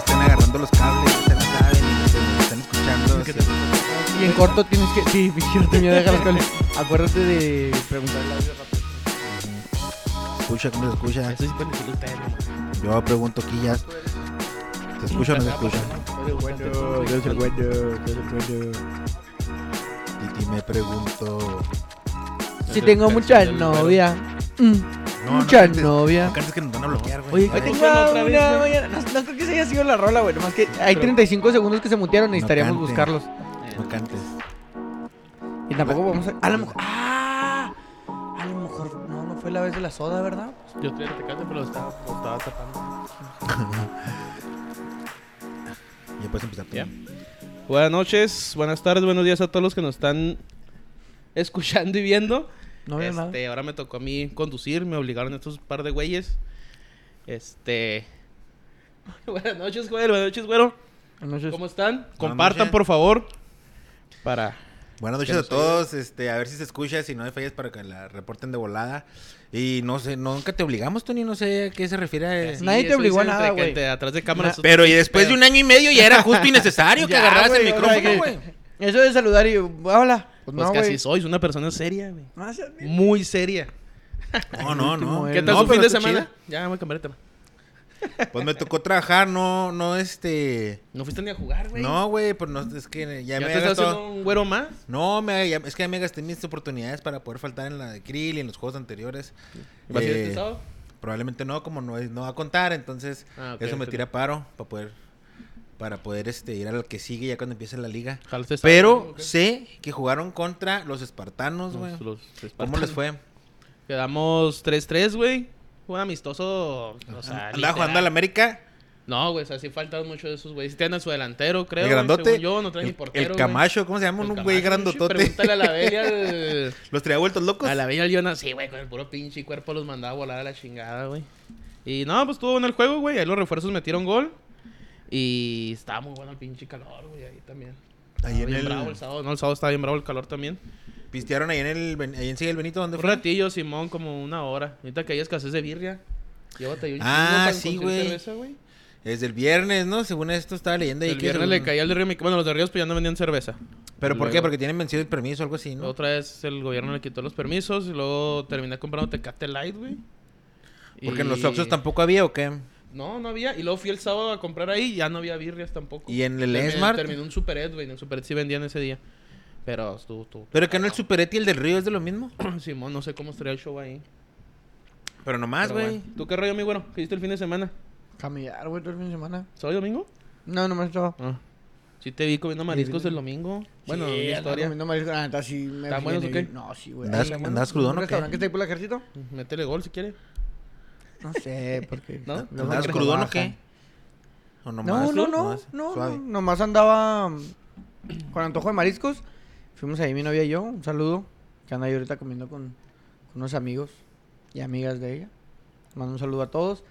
los cables, se la saben, se nos están escuchando. Es que sí. Y en corto tienes que. Sí, yo tenía dejar las colas. Acuérdate de preguntar el audio rápido. Escucha, ¿cómo se escucha? Eso Ah, sí pueden decirlo ustedes, nomás. Yo pregunto aquí ya. ¿Se escucha o no se escucha? Titi me pregunto. Si tengo mucha novia. mm, No, Mucha no, novia. no cantes que nos van a bloquear, güey. eh, Oye, A que ver, tengo Escúchalo otra vez, una güey. mañana. No, no creo que se haya sido la rola, güey. Nomás que hay 35 segundos que se mutearon. Necesitaríamos cante. buscarlos. No cantes. Y tampoco vamos a. A lo mejor. ¡Ah! A lo mejor. No, no fue la vez de la soda, ¿verdad? Yo estoy en Tecate, pero lo estaba, lo estaba tapando. Ya puedes empezar tú. Ya. Buenas noches, buenas tardes, buenos días a todos los que nos están escuchando y viendo. No veo nada. Este, ahora me tocó a mí conducir, me obligaron estos par de güeyes. Este. Buenas noches, güey, buenas noches, güero. Entonces, ¿Cómo están? Compartan, por favor. Para. Buenas noches Que a nos todos, este, a ver si se escucha, si no hay fallas para que la reporten de volada. Y no sé, nunca te obligamos, Tony, no sé a qué se refiere. Sí, Eh, Nadie te eso obligó a dicen nada, de que güey. te- Atrás de cámaras. Pero y después de un año y medio ya era justo y necesario que Ya, agarraras el güey, ahora micrófono, que- güey. Eso de saludar y. Hola. Pues Pues no, casi güey. Pues sois una persona seria, güey. No seas ni- Muy seria. No, no, no. Bueno. ¿Qué tal Eh, No, su fin pero de está semana? Ya, voy a cambiar de tema. chida. Pues me tocó trabajar, no, no, este. No fuiste ni a jugar, güey. No, güey, pues no, es que ya, me Ya Eh, te he estás gastado- haciendo un güero más. No, me, ya- es que ya me gasté mis oportunidades para poder faltar en la de Krill y en los juegos anteriores. ¿Vas a ir Eh, este sábado? Probablemente no, como no, es- no va a contar, entonces Ah, ok, eso me ok. tira paro para poder para poder este ir a lo que sigue ya cuando empiece la liga. Ojalá este sábado, Pero ok. sé que jugaron contra los espartanos, güey. Los- los ¿Cómo les espartanos. fue? Quedamos 3-3, güey. Un amistoso. O sea, Andaba literal. jugando al América, No, güey, o sea, sí faltaron muchos de esos, güey. Si tienen su delantero, creo. el güey, grandote, según yo, no traen el, ni portero. el güey. Camacho, ¿cómo se llama? El Un güey Camacho, grandotote. Pregúntale a la Bella. al- los traía vueltos locos. A la Bella al Jonas. Sí, güey, con el puro pinche cuerpo los mandaba a volar a la chingada, güey. Y no, pues estuvo bueno el juego, güey. Ahí los refuerzos metieron gol. Y estaba muy bueno el pinche calor, güey, ahí también. Estaba Ahí en Ah, bien el- bravo el sábado. No, el sábado estaba bien bravo el calor también. Pistearon ahí en el Ben- ahí en Sigue el Benito, ¿dónde Un fue? ratillo, Simón, como una hora. Ahorita que hay escasez de birria. Llévate ahí un Ah, chingo para sí, conseguir güey. cerveza, güey. Desde el viernes, ¿no? Según esto estaba leyendo ahí El que viernes según- le caía el de Río Michoacán. Bueno, los de Ríos pues ya no vendían cerveza. ¿Pero por qué? Luego- Porque tienen vencido el permiso o algo así, ¿no? Otra vez el gobierno le quitó los permisos y luego terminé comprando Tecate Light, güey. Porque en Y- los Oxxos tampoco había o qué. No, no había. Y luego fui el sábado a comprar ahí y ya no había birrias tampoco. ¿Y en el Terminé- Esmart? Terminó un Super Ed, güey. En el Super Ed sí vendían ese día. Pero estuvo... estuvo- Pero que no el Superetti y el del Río es de lo mismo. Simón, no sé cómo estaría el show ahí. Pero nomás, Pero güey. bueno. ¿Tú qué rollo, mi güero? ¿Qué hiciste el fin de semana? Camellar, güey, todo el fin de semana. ¿Sábado y domingo? No, no me estaba. Ah. Sí te vi comiendo mariscos el domingo. Bueno, Sí, mi andaba historia. comiendo marisco. La neta, ah, sí me ¿Están buenos o viene qué? bien. No, sí, güey. ¿Andas- Ahí, andas bueno, crudón ¿Un o qué? restaurante que está ahí por el ejército? Métele gol si quiere. No sé, porque... ¿No? luego ¿Andabas me crudón o bajan. qué? ¿O No, no, no, Nomás, no, suave. no, Nomás andaba mm, con antojo de mariscos. Fuimos ahí mi novia y yo. Un saludo. Que anda ahí ahorita comiendo con, con unos amigos y amigas de ella. Mando un saludo a todos.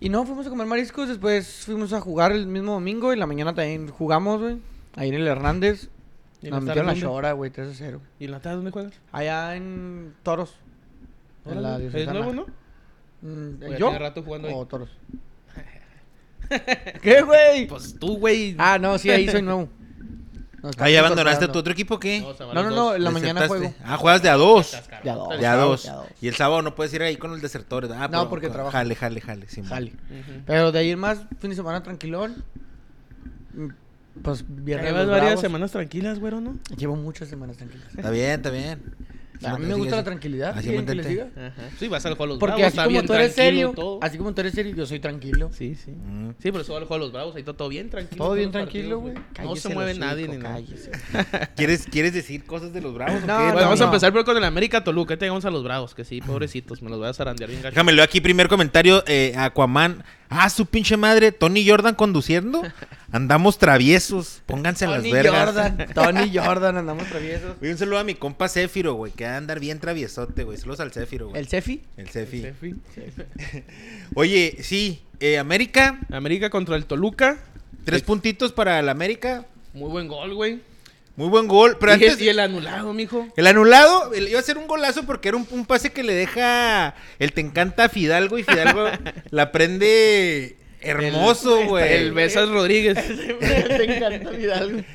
Y no, fuimos a comer mariscos. Después fuimos a jugar el mismo domingo. Y la mañana también jugamos, güey. Ahí en el Hernández. ¿Y en Nos metieron la la tarde dónde? chora, güey, 3 a 0. ¿Y en la tarde dónde juegas? Allá en Toros. En la Órale. ¿Es diocesana. nuevo, no? Mm, Oye, ¿Yo? tiene rato jugando ahí. O Toros. ¿Qué, güey? Pues tú, güey. Ah, no, sí, ahí soy nuevo. Nos Ahí estamos Ah, abandonaste a incorporando. tu otro equipo o qué? se van No, los no, dos. no, en la mañana Desertaste. juego. Ah, juegas de a dos. Cascarón. Ya dos. De a dos. de a dos. Y el sábado no puedes ir ahí con los desertores. Ah, No, pero- porque trabajo. Jale, jale, jale. sí, Jale. Ujú. Pero de ahí en más, fin de semana tranquilón. Mm, Pues viernes. Llevas los varias bravos. semanas tranquilas, güero, ¿no? Llevo muchas semanas tranquilas. Está bien, está bien. A mí me Sigue, gusta la sigue. tranquilidad. Así ¿quieren que le mantente. siga? Ajá. Sí, vas al juego a Pues, los Porque bravos. así está como bien tú eres tranquilo serio, todo. así como tú eres serio, yo soy tranquilo. Sí, sí. Mm. Sí, pero se va al juego a los bravos. Ahí está todo bien tranquilo. Todo bien todos los tranquilo, güey. partidos, No Cállese se mueve el nadie hocico, ni nada. cállese. ¿Quieres, ¿Quieres decir cosas de los bravos? o No, qué? no, Bueno, vamos a no. empezar pero con el América Toluca. Ahí llegamos a los bravos, que sí, pobrecitos. Me los voy a zarandear bien gacho. Déjame leo aquí primer comentario. eh, Aquaman. Ah, su pinche madre. Tony Jordan conduciendo. Andamos traviesos. Pónganse a las Tony vergas. Jordan, Tony Jordan, andamos traviesos. Oye, un saludo a mi compa Céfiro, güey. Que va a andar bien traviesote, güey. Saludos al Céfiro, güey. ¿El Cefi? El Cefi. Cefi. Oye, sí. eh, América. América contra el Toluca. Tres puntitos para el América. Muy buen gol, güey. Muy buen gol. Pero Y, antes. el- y el anulado, mijo. El anulado el- iba a ser un golazo porque era un, un pase que le deja el te encanta a Fidalgo y Fidalgo la prende Hermoso, güey. El Besas Rodríguez. Te encanta Vidal.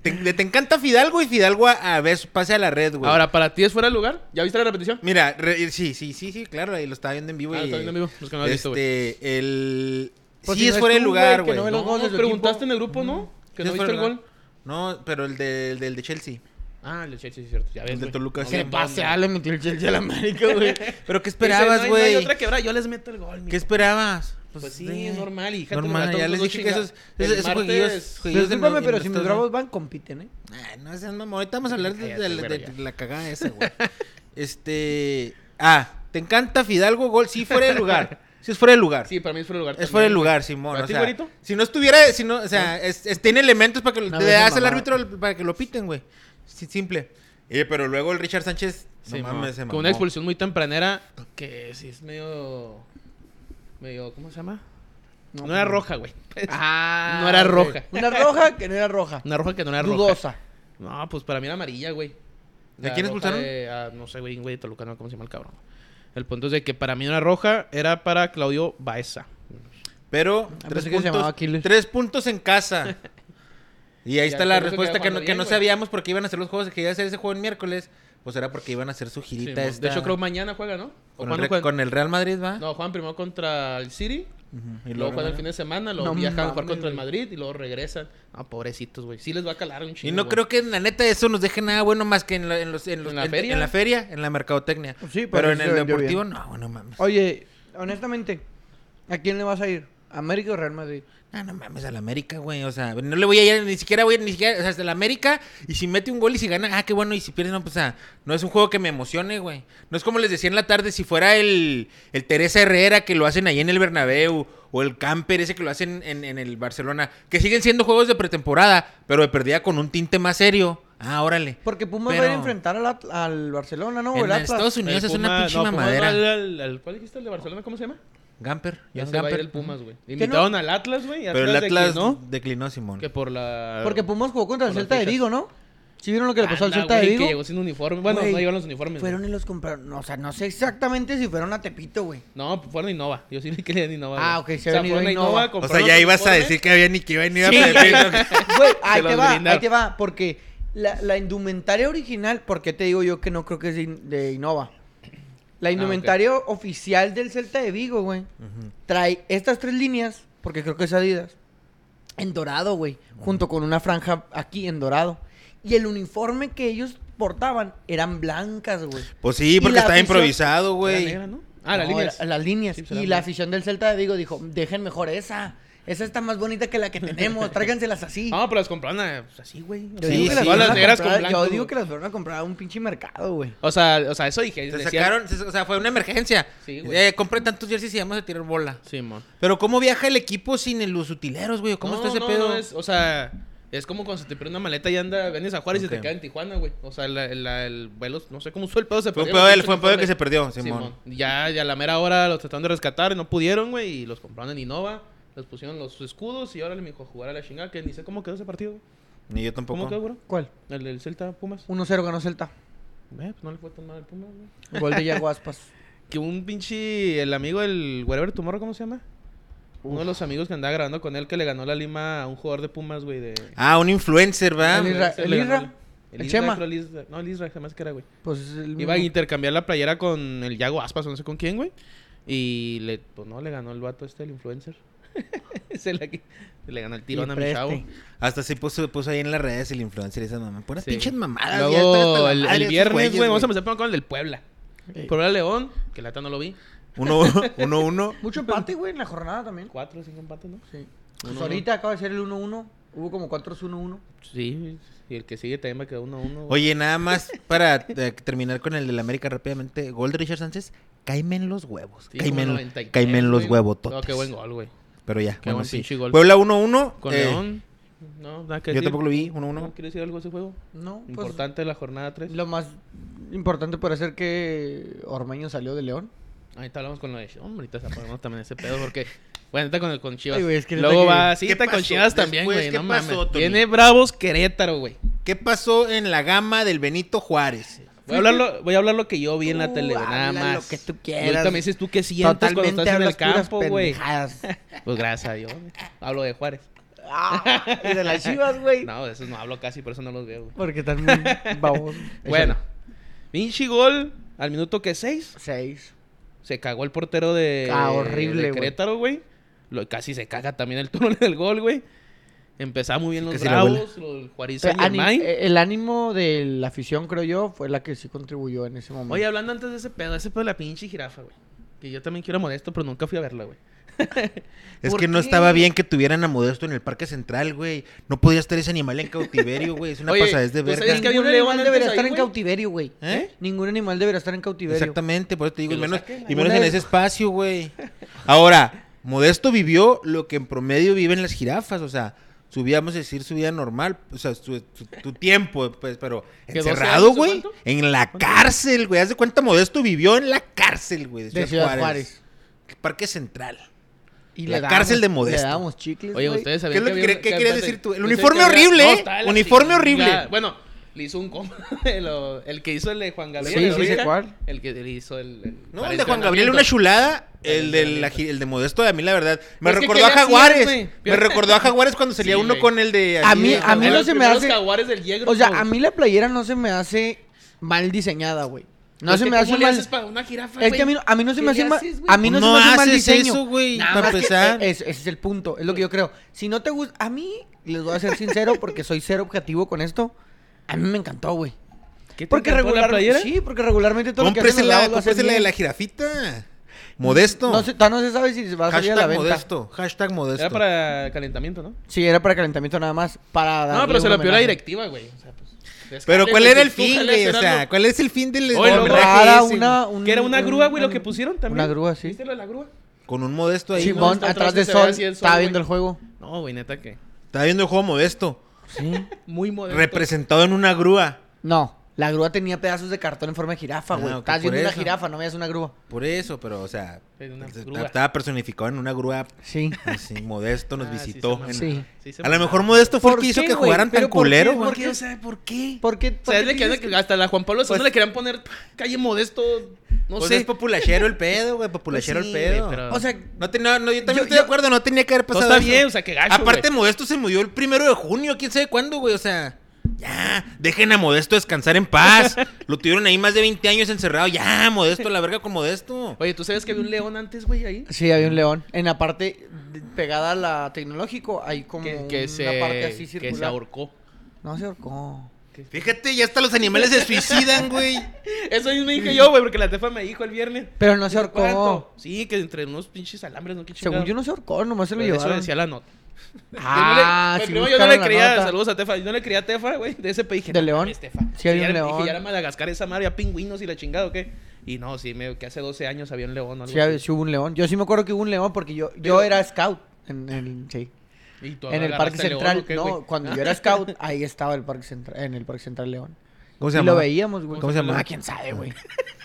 Te, le- te encanta Fidalgo y Fidalgo a, a ver, pase a la red, güey. Ahora, ¿para ti es fuera de lugar? ¿Ya viste la repetición? Mira, re- sí, sí, sí, sí, claro, ahí lo estaba viendo en vivo. Ah, y, lo estaba viendo en vivo, los que no lo han visto, Este, el... Pues sí, si es no fuera de es tú, lugar, güey, güey. que no ve los No, goles de tu nos preguntaste equipo. Mm. en el grupo, ¿no? Que Sí, es no viste fuera el de lugar. gol. No, pero el del, del de Chelsea. Ah, el de Chelsea, sí, cierto. Ya ves, El de güey. Toluca, No, sí. no, Se no, pasea, no. le metió el Chelsea al América, güey. Pero ¿qué Dice, "No hay- esperabas, No hay güey? otra quebrada, yo les meto el gol. mijo". ¿Qué esperabas? Pues, sí, es normal. Y déjate Normal, nomás, ya les todos dije que chinga- esos, esos, el esos martes- jueguillos, jueguillos del- Discúlpame, en pero si mis estos- bravos van, compiten, ¿eh? pues, Ah, no seas mamón. Ahorita vamos a hablar de, Cállate, de- güey, de- ya. de la cagada esa, güey. Este. Ah, ¿te encanta Fidalgo gol? Sí, fuera de lugar. Sí, es fuera de lugar. Sí, para mí es fuera de lugar. es también, fuera de güey. lugar, Simón. ¿Para O ti, sea, güerito? ¿Eh? si no estuviera. Si no, o sea, es- es- tiene elementos para que lo- Una le vez das al mamada. árbitro el- para que lo piten, güey. Sí, simple. Eh, pero luego el Richard Sánchez. No Sí, mames, se Con mamó. una expulsión muy tempranera que sí es medio. medio ¿Cómo se llama? No, pues era como- roja, güey. Ah, No era ok. roja. Una roja que no era roja. Una roja que no era roja. Dudosa. No, pues para mí era amarilla, güey. ¿De La quién roja expulsaron? de- ah, no sé, güey, güey, de Toluca, no, ¿cómo se llama el cabrón? El punto es de que para mí una roja era para Claudio Baeza. Pero Ah, tres pensé que se llamaba puntos, Aquiles. tres puntos en casa. Y ahí Ya, está la por eso respuesta quedó que no, jugando que bien, no güey. sabíamos porque iban a hacer los juegos que iba a hacer ese juego el miércoles. Pues era porque iban a hacer su Sí, girita mo- esta. de hecho, creo mañana juega, ¿no? ¿O con el, cuándo Re- juegan? con el Real Madrid, ¿va? No, juegan primero contra el City. Ujú, Y luego juegan el Real fin de semana, luego No viajan a jugar mames, contra el Madrid y luego regresan. Ah, pobrecitos, güey. Sí les va a calar un Y chingo. no güey. creo que en la neta eso nos deje nada bueno más que en, la- en los, en, los- ¿En la en- feria? en la feria, en la mercadotecnia. Pues sí, pero pero en sí el se vendió deportivo no, bueno, mames. Oye, honestamente, ¿a quién le vas a ir? ¿A ¿América o Real Madrid? Ah, no mames, al América, güey. O sea, no le voy a ir, ni siquiera voy a ir, ni siquiera, o sea, hasta el América. Y si mete un gol y si gana, ah, qué bueno. Y si pierde, no, pues, ah, no es un juego que me emocione, güey. No es como les decía en la tarde, si fuera el, el Teresa Herrera que lo hacen ahí en el Bernabéu, o el Camper ese que lo hacen en, en el Barcelona, que siguen siendo juegos de pretemporada, pero de perdida con un tinte más serio. Ah, órale. Porque Pumas va a Pero- ir a enfrentar al, Atl- al Barcelona, ¿no? O En el Atlas. Estados Unidos El es una Puma- pinche no, Pumas va mamadera. al- al- al- ¿Cuál dijiste? ¿El de Barcelona? ¿Cómo se llama? Gamper, Ya Jan se va a ir Gamper. el Pumas, güey. no? Invitaron al Atlas, güey. y Pero el declinó Atlas declinó, Simón. Que por la... Porque Pumas jugó contra el Con las Celta de fichas. Vigo, ¿no? ¿Sí vieron lo que le pasó al Anda, Celta de güey, Vigo? Que llegó sin uniforme. Bueno, Güey, no llevan los uniformes. güey. Fueron y los compraron. No, O sea, no sé exactamente si fueron a Tepito, güey. No, fueron a Innova. Yo sí vi que le dieron Innova. Ah, güey. ok, se habían ido a Innova. O sea, O sea, compraron ya los ibas a uniformes. decir que había ni que iba ni iba a Sí. perder. Güey, ahí te Se los va, brindaron. ahí te va, porque la, la indumentaria original, porque te digo yo que no creo que es de, In- de Innova. Ah, La indumentaria oficial del Celta de Vigo, güey, trae estas tres líneas, porque creo que es Adidas, en dorado, güey, junto con una franja aquí en dorado. Y el uniforme que ellos portaban eran blancas, güey. Pues sí, Y porque la estaba afición- improvisado, Era güey. negra, ¿no? Ah, las No, líneas. la- las líneas. Sí, pues, y eran la blancas. afición del Celta de Vigo dijo, dejen mejor esa. Esa está más bonita que la que tenemos, tráiganselas así. No, pero las compraron eh, pues, así, güey. O Yo sea, Sí, digo que las sí. todas fueron las a negras con comprar- blanco. Yo digo güey. que las fueron a comprar a un pinche mercado, güey. O sea, o sea, eso dije. Se decían- sacaron, se- o sea, fue una emergencia. Sí, güey. eh, compré tantos jerseys y vamos a tirar bola. Sí, mon. Pero ¿cómo viaja el equipo sin el- los utileros, güey? ¿Cómo No, está ese no, pedo? no, es- o sea, es como cuando se te pierde una maleta y anda, vienes a Juárez y Ok. se te queda en Tijuana, güey. O sea, la, la- el vuelo, no sé cómo usó el pedo, se Fue un perdió, pedo, los del- pinches fue un pedo que uniformes. se perdió, Simón. Simón. Ya, ya a la mera hora los trataron de rescatar y no pudieron, güey, y los compraron en Innova. Les pusieron los escudos y ahora le dijo a jugar a la chingada, que ni sé cómo quedó ese partido. güey. Ni yo ¿Cómo tampoco. quedó, bro? ¿Cuál? El del Celta Pumas. Eh, 1-0 ganó Celta. pues no le fue tan mal al Pumas, güey. Gol de Yago Aspas. Que un pinche, el amigo del Wherever Tomorrow, ¿cómo se llama? Uno de los amigos que andaba grabando con él que le ganó la lima a un jugador de Pumas, güey, de... Ah, un influencer, ¿va? El Isra- Se el le ganó Isra, la- el Isra, Chema. creo, el Isra- No, el Isra, jamás que era, güey. Pues es el Iba a mismo. intercambiar la playera con el Yago Aspas, o no sé con quién, güey. Y le, pues no, le ganó el vato este, el influencer. Se la qui- le ganó el tirón Le a mi preste. chavo. Hasta sí puso, puso ahí en las redes el influencer y esa mamá. Puras Sí. pinches Ah, mamadas. ya estoy hasta Luego, la el, madre el de esos viernes, güeyes, güey, vamos a empezar primero con el del Puebla. Ey. Puebla León, que la neta no lo vi. Uno, uno, uno. Mucho empate, güey, en la jornada también. Cuatro, cinco empates, ¿no? Sí. Pues Uno, ahorita acaba de ser el 1-1. Hubo como 4-1-1. Sí, y el que sigue también va a quedar uno a uno. güey. Oye, nada más para eh, terminar con el del América rápidamente. Gol de Richard Sánchez. Caime en los huevos. Sí, caime, como en- 93, caime en los güey. huevos, No, qué buen gol, güey. Pero ya, Qué bueno, buen sí. pinche gol. Puebla 1-1. Con eh, León. No, nada que Yo decir. tampoco lo vi, 1-1. No, quiero decir algo de ese juego. No, pues, Importante la jornada 3. Lo más importante puede ser que Ormeño salió de León. Ahorita hablamos con lo de Hombre, ahorita se ponemos también ese pedo porque. Bueno, está con el con Chivas. Ay, güey, es que neta Luego que- va ¿Qué cita con pasó? Chivas también, Después, güey. ¿qué No pasó, mames. Tony? Viene Bravos Querétaro, güey. ¿Qué pasó en la gama del Benito Juárez? Voy a, hablar lo, voy a hablar lo que yo vi en la Tú tele, güey, nada habla más. lo que tú Y quieras. Ahorita me dices tú qué sientes cuando estás en el hablas puras campo, güey. pendejadas. Pues gracias a Dios. güey. Hablo de Juárez. Ah, y de las chivas, güey. No, de esos no hablo casi, por eso no los veo, güey. Porque están muy babosos. Bueno, Vinci gol al minuto que seis. Seis. Se cagó el portero de, Ah, horrible, de güey. Querétaro, güey. Lo- Casi se caga también el túnel del gol, güey. Empezaba muy bien los Casi la vuela. bravos, los Juárez Pero Saint ani- Germain. eh, el ánimo de la afición, creo yo, fue la que sí contribuyó en ese momento. Oye, hablando antes de ese pedo, ese pedo de la pinche jirafa, güey. Que yo también quiero a Modesto, pero nunca fui a verla, güey. Es ¿Por que no qué? estaba bien que tuvieran a Modesto en el Parque Central, güey. No podía estar ese animal en cautiverio, güey. Es una Oye, pasadez de ¿tú verga. sabías que había ningún un león animal antes debería ahí, estar en güey? cautiverio, güey. ¿Eh? Ningún animal debería estar en cautiverio. Exactamente, por eso te digo, Que y lo menos, saquen a y menos en volar. ese espacio, güey. Ahora, Modesto vivió lo que en promedio viven las jirafas, o sea, subíamos a decir su vida normal, o sea, su, su- tu tiempo, pues, pero ¿Que doce encerrado, años o güey, cuánto? en la cárcel, güey. Haz de cuenta, Modesto vivió en la cárcel, güey, de De Ciudad, Juárez. Parque Central. Y La le cárcel de Le Modesto. dábamos chicles, Oye, güey. ustedes ¿Qué es sabían lo que había cre- qué un- quieres espérate, decir tú? El ¿ustedes uniforme sabían que había- horrible, ¿eh? está de la Uniforme chingada. horrible. Bueno, le hizo un compa, lo- el que hizo el de Juan Gabriel. Sí, el sí, Rica, sé cuál. El que le hizo el... el- No, para el de Juan Gabriel una entrenamiento. chulada. Para El de, la, entrenamiento. ji- el de Modesto, a mí la verdad. Me Es que recordó a quería así, Jaguares. güey. Me recordó a Jaguares cuando salía Sí, uno güey. con el de. A así, mí- de- a mí Era no los se me primeros hace- Jaguares del Yegro, O sea, güey. a mí la playera no se me hace mal diseñada, güey. No Es se que me hace ¿Cómo le mal. haces para una jirafa, Es que a mí, no- a mí no se me hace mal. A mí no, No se me hace mal haces diseño. eso, güey, Nada para más que- eh, empezar. es- ese es el punto, es lo que yo creo. Si no te gusta, a mí les voy a ser sincero porque soy ser objetivo con esto. A mí me encantó, güey. Porque regularmente, sí, porque regularmente todo lo que hacen los Cómprensela, bravos lo hacen cómprensela de bien. la jirafita. Modesto. No se, todavía no se sabe si va a salir a la hashtag venta. modesto. Hashtag modesto. Era para calentamiento, ¿no? Sí, era para calentamiento nada más, para No, darle pero se un lo pidió la homenaje. directiva, güey. O sea, pues, Pero descárgale, ¿cuál güey, era si el tú fin, jales güey? O era sea, algo- ¿cuál es el fin del Oye, lo homenaje rara, ese, una- güey? un- Que era una grúa, güey, lo un- que pusieron también. una grúa, sí. ¿Viste lo de la grúa? Con un modesto ahí. Sí, ¿no? Simón, Está atrás atrás que de se ve sol, así el sol, estaba viendo güey. el juego. No, güey, neta que. Estaba viendo el juego modesto. Sí. Muy moderno. Representado en una grúa. No, la grúa tenía pedazos de cartón en forma de jirafa, Ah, güey. ok, Estás por viendo una eso. jirafa, no veas una grúa. Por eso, pero, o sea. En una se- grúa. Estaba personificado en una grúa. Sí. Así, modesto nos Ah, sí se visitó. mamó. en- Sí. Sí se A lo mamó. mejor Modesto fue el ¿Por que hizo qué, que güey? jugaran tan ¿Pero por qué? culero, ¿Por güey. qué? ¿Quién sabe por qué? ¿Por qué? por ¿Sabes qué de qué? dices Que hasta la Juan Pablo II Pues- le querían poner calle modesto. No Pues sé. Pues es populachero el pedo, güey. Populachero sí, el pedo. güey, pero- O sea, No, te- no, no, yo también Yo- estoy de yo- acuerdo, no tenía que haber Todo pasado. está eso. bien, o sea, que gacho. Aparte, güey. Modesto se murió el primero de junio, quién sabe cuándo, güey. O sea, ya, dejen a Modesto descansar en paz. Lo tuvieron ahí más de 20 años encerrado. Ya, Modesto, la verga con Modesto. Oye, ¿tú sabes que había un león antes, güey, ahí? sí, había un león. En la parte de- pegada a la tecnológico, hay como Que, Mm, una que se, parte así que se circular. ahorcó. no se ahorcó. Fíjate, ya hasta los animales se suicidan, güey. Eso mismo dije yo, güey, porque la tefa me dijo el viernes. Pero no se ahorcó. ¿Cuánto? Sí, que entre unos pinches alambres, ¿no? Qué Según yo no se ahorcó, nomás se lo Pero Eso llevaron. decía la nota. Ah, yo no le, sí primero yo no le buscaron la creía, nota. saludos a Tefa, yo no le creía a Tefa, güey, de ese país. dije, ¿De no León? mames, Tefa. Sí, había ya un era- león. Dije, ya era Madagascar esa madre, ya pingüinos y la chingada, ¿o qué? Y no, sí, me, que hace 12 años había un león o algo Sí, así. había- sí hubo un león. Yo sí me acuerdo que hubo un león porque yo, yo Pero- era scout en el, sí, Y tú en el Parque agarraste león, Central. ¿o qué, güey? no, cuando yo era scout, ahí estaba el parque central, en el Parque Central León. ¿Cómo Y lo veíamos, güey. ¿Cómo se llamaba? Ah, quién sabe, güey.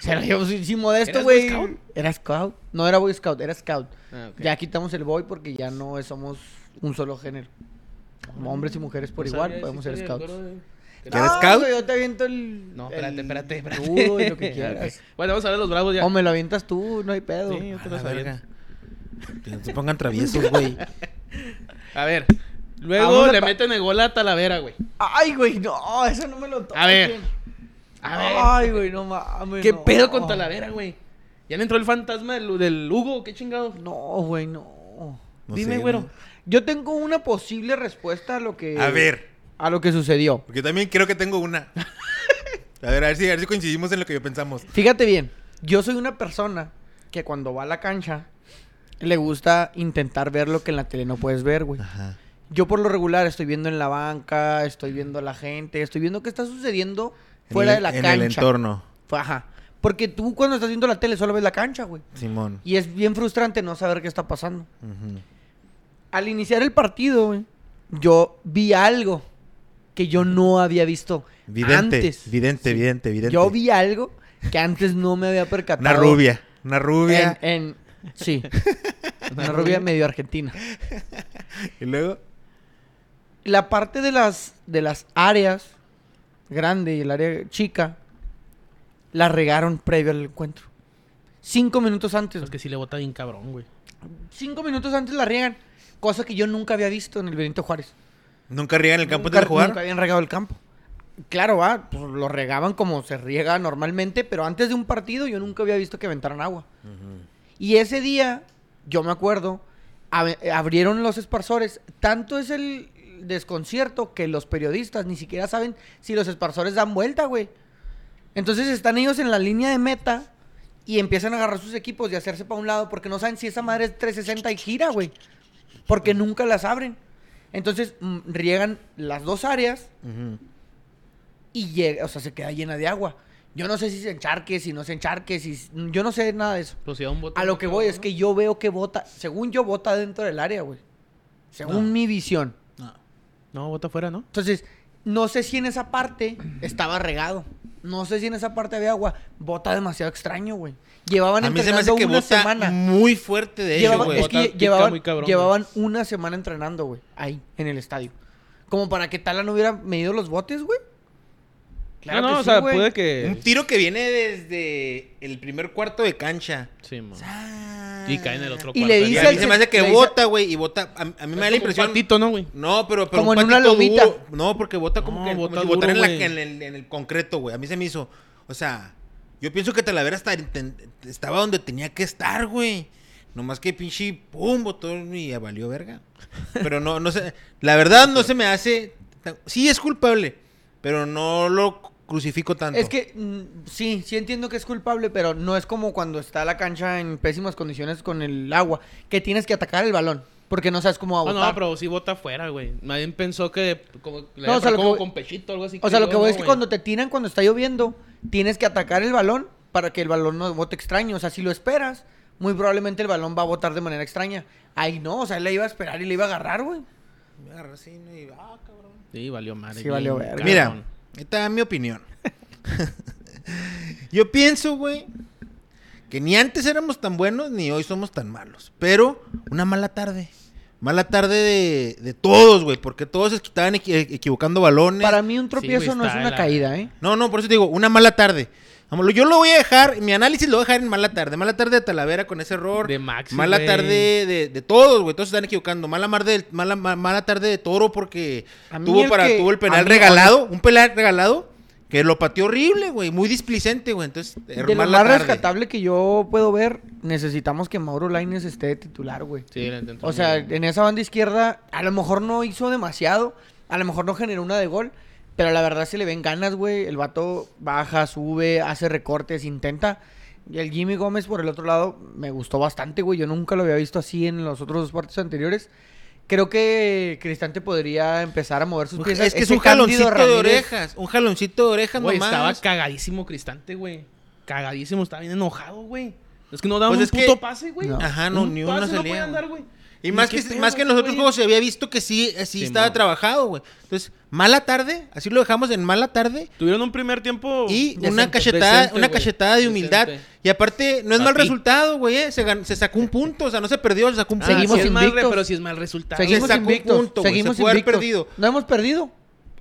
Se lo llevamos sí, sí, modesto, ¿Eras Boy güey. Scout? Era scout. No era boy scout, era scout. Ah, ok. Ya quitamos el boy porque ya no es- somos un solo género. Como hombres y mujeres por No igual, sabía esa podemos ser Pues historia, scouts. me acuerdo de- ¿Ya eres No, scout? güey, Yo te aviento el. No, espérate, el espérate, espérate. escudo y lo que Ok. quieras. Bueno, vamos a ver los bravos ya. O me lo avientas tú, no hay pedo. Sí, yo te A lo la sabía. verga. Que no se pongan traviesos, güey. A ver, luego Vamos a le pa- meten el gol a Talavera, güey. Ay, güey, no, eso no me lo toquen. A ver. A ver. Ay, güey, no mames. ¿Qué no. pedo con Talavera, güey? ¿Ya le entró el fantasma del, del Hugo? ¿Qué chingado? No, güey, no. No Dime, sé, güero. Yo tengo una posible respuesta a lo que. A ver, A lo que sucedió. porque también creo que tengo una. A ver, a ver si, a ver si coincidimos en lo que pensamos. Fíjate bien, yo soy una persona que cuando va a la cancha le gusta intentar ver lo que en la tele no puedes ver, güey. Ajá. Yo por lo regular estoy viendo en la banca, estoy viendo a la gente, estoy viendo qué está sucediendo fuera En de el- la en cancha. el entorno, Fue- Ajá. Porque tú cuando estás viendo la tele solo ves la cancha, güey. Simón. Y es bien frustrante no saber qué está pasando. Ujú. Al iniciar el partido, güey, yo vi algo que yo no había visto Vidente, antes. vidente, vidente, vidente. Yo vi algo que antes no me había percatado. Una rubia, una rubia. En, en- sí. Una rubia medio argentina. Y luego, La parte de las, de las áreas grande y el área chica la regaron previo al encuentro. Cinco minutos antes. Es que sí le bota bien cabrón, güey. Cinco minutos antes la riegan. Cosa que yo nunca había visto en el Benito Juárez. Nunca riega en el campo antes nunca, de jugar. nunca habían regado el campo. Claro, va, pues lo regaban como se riega normalmente, pero antes de un partido yo nunca había visto que aventaran agua. Ujú. Y ese día, yo me acuerdo, ab- abrieron los esparsores. Tanto es el desconcierto que los periodistas ni siquiera saben si los esparsores dan vuelta, güey. Entonces están ellos en la línea de meta y empiezan a agarrar sus equipos y hacerse para un lado porque no saben si esa madre es 360 y gira, güey. Porque nunca las abren. Entonces mm, riegan las dos áreas Ujú. y llega, o sea, se queda llena de agua. Yo no sé si se encharque, si no se encharque, si yo no sé nada de eso. Pues si da un bote. A lo que voy es que yo veo que bota, según yo, bota dentro del área, güey. Según mi visión. No, bota afuera, ¿no? Entonces, no sé si en esa parte estaba regado. No sé si en esa parte había agua. Bota demasiado extraño, güey. Llevaban A mí se me entrenando hace que una bota semana. muy fuerte de ellos, Llevaban, güey. es Bota que pica llevaban, muy cabrón, llevaban una semana entrenando, güey. Ahí, en el estadio. Como para que Tala no hubiera medido los botes, güey. no, no, que o sí, sea, güey. puede que. Un tiro que viene desde el primer cuarto de cancha. Sí, mo. Y Y cae en el otro Y le cuarto. Y dice a mí al- se me hace que le dice- bota, güey, y bota. A, a mí me da la impresión. Un patito, ¿no, güey? No, pero, pero Como un en una patito lomita. duro. No, porque bota como No, que como bota si botara duro, en, la- güey. en el, en el concreto, güey. A mí se me hizo. O sea, yo pienso que Talavera hasta inten- estaba donde tenía que estar, güey. Nomás que pinche pum, botó y ya valió verga. Pero no, no sé. La verdad no se me hace. tan- Sí es culpable, pero no lo crucifico tanto. Es que mm, sí, sí entiendo que es culpable, pero no es como cuando está la cancha en pésimas condiciones con el agua, que tienes que atacar el balón, porque no sabes cómo va a Ah, botar. no, pero sí bota afuera, güey. Nadie pensó que. Como, le No, o sea, lo agarró que como voy- con pechito o algo así. o sea, lo que creo, voy ¿no, es que güey? cuando te tiran cuando está lloviendo, tienes que atacar el balón para que el balón no bote extraño. O sea, si lo esperas, muy probablemente el balón va a botar de manera extraña. Ahí no, o sea, él le iba a esperar y le iba a agarrar, güey. Me agarré así ¿no? y. Ah, cabrón. Sí, valió madre. Sí, valió bien, verga. Mira, cabrón. esta es mi opinión. Yo pienso, güey, que ni antes éramos tan buenos ni hoy somos tan malos. Pero una mala tarde. Mala tarde de, de todos, güey, porque todos se estaban equi- eh, equivocando balones. Para mí un tropiezo güey, no es está una la- caída, ¿eh? No, no, por eso te digo, una mala tarde. Vámonos, Yo lo voy a dejar, mi análisis lo voy a dejar en mala tarde. Mala tarde de Talavera con ese error. De Maxi, Mala güey. tarde de, de todos, güey. Todos se están equivocando. Mala, mar del- mala, ma- mala tarde de Toro porque A mí tuvo, el para, que- tuvo el a penal mí- regalado. Un penal regalado que lo pateó horrible, güey. Muy displicente, güey. Entonces, er- De lo mala más tarde. rescatable que yo puedo ver, necesitamos que Mauro Laines esté de titular, güey. Sí, le intentó O sea, muy bien. en esa banda izquierda, a lo mejor no hizo demasiado, a lo mejor no generó una de gol, pero la verdad se le ven ganas, güey. El vato baja, sube, hace recortes, intenta. Y el Jimmy Gómez, por el otro lado, me gustó bastante, güey. Yo nunca lo había visto así en los otros dos partidos anteriores. Creo que Cristante podría empezar a mover sus piezas. Es que es pues, Ese un Cándido jaloncito de Ramírez- orejas. Un jaloncito de orejas Güey, nomás. estaba cagadísimo Cristante, güey. Cagadísimo, estaba bien enojado, güey. Es que no daban Pues un es que- puto pase, güey. No. Ajá, no, Un ni uno pase no salía, podían güey. dar, güey. Y más qué que, pedo, más que en los otros güey? juegos se había visto que sí, así Sí, estaba mo. trabajado, güey. Entonces, mala tarde, así lo dejamos en mala tarde. Tuvieron un primer tiempo. Y una decente, cachetada, decente, una güey. cachetada de humildad. Decente. Y aparte, no es mal Papi. resultado, güey. eh. Se, gan- se sacó un punto, o sea, no se perdió, se sacó un Ah, punto. Seguimos sí es mal, invictos. re- pero si es mal resultado. Pues, Seguimos sacó un invictos. punto, güey, se seguimos pudo haber invictos. perdido. No hemos perdido.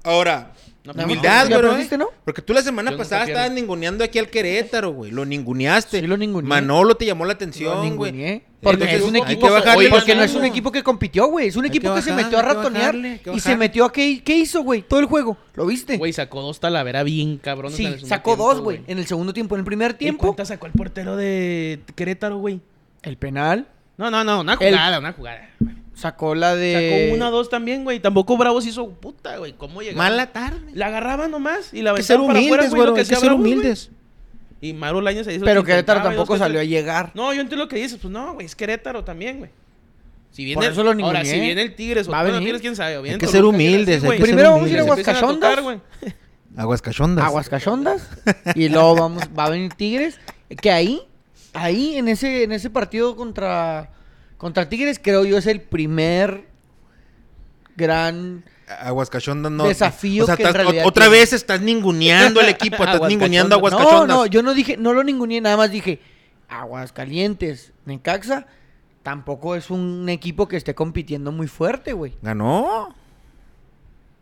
Ahora, No, la no, humildad, no, no. güey. Ya perdiste, ¿no? Porque tú la semana Yo nunca pasada pierdo. estabas ninguneando aquí al Querétaro, güey. Lo ninguneaste. Sí, lo ninguneé. Manolo te llamó la Lo atención, güey. ninguneé. Porque, Entonces, es un hay equipo, que bajarle oye, los porque no es un ánimos. equipo que compitió, güey. Es un Hay equipo que que, se bajarle, metió a hay que ratonear bajarle, hay que y se bajarle. metió a qué, qué hizo, güey. Todo el juego. ¿Lo viste? Güey, sacó dos Talavera bien cabrones. en el sí, segundo sacó tiempo, dos, güey. En el segundo tiempo. En el primer ¿En tiempo. cuántas sacó el portero de Querétaro, güey? El penal. No, no, no, una El- jugada, una jugada. Eh, Sacó la de. Sacó una, dos también, güey. Tampoco Bravos hizo puta, güey. ¿Cómo llegaron? Mala tarde. La agarraba nomás y la Hay que ser aventaban para afuera, humildes, güey. lo güey. que Hay que hacía ser Bravos, güey. humildes. Y Maru Lañez ahí hizo Pero que Querétaro intentaba, y dos tampoco que salió a tres. llegar. No, yo entiendo lo que dices. Pues no, güey, es Querétaro también, güey. Si viene Por el- eso lo Ahora, ninguneé. si viene el Tigres o Va a bueno, venir. Tigres, quién sabe. o viene Hay que ser Toluca, quién sabe, humildes, güey. hay que Primero ser vamos a ir a Les humildes. empiezan Aguascachondas. tocar, güey. Aguascachondas. Aguascachondas. y luego vamos, va a venir Tigres. Que ahí, ahí en ese, en ese partido contra, contra Tigres, creo yo es el primer gran. Aguascachondas no. Desafío O sea, que en estás- realidad otra tiene. vez estás ninguneando al equipo, estás ninguneando a No, Aguascachondas. no, yo no dije, no lo ninguneé, nada más dije, Aguascalientes, Necaxa, tampoco es un equipo que esté compitiendo muy fuerte, güey. Ganó.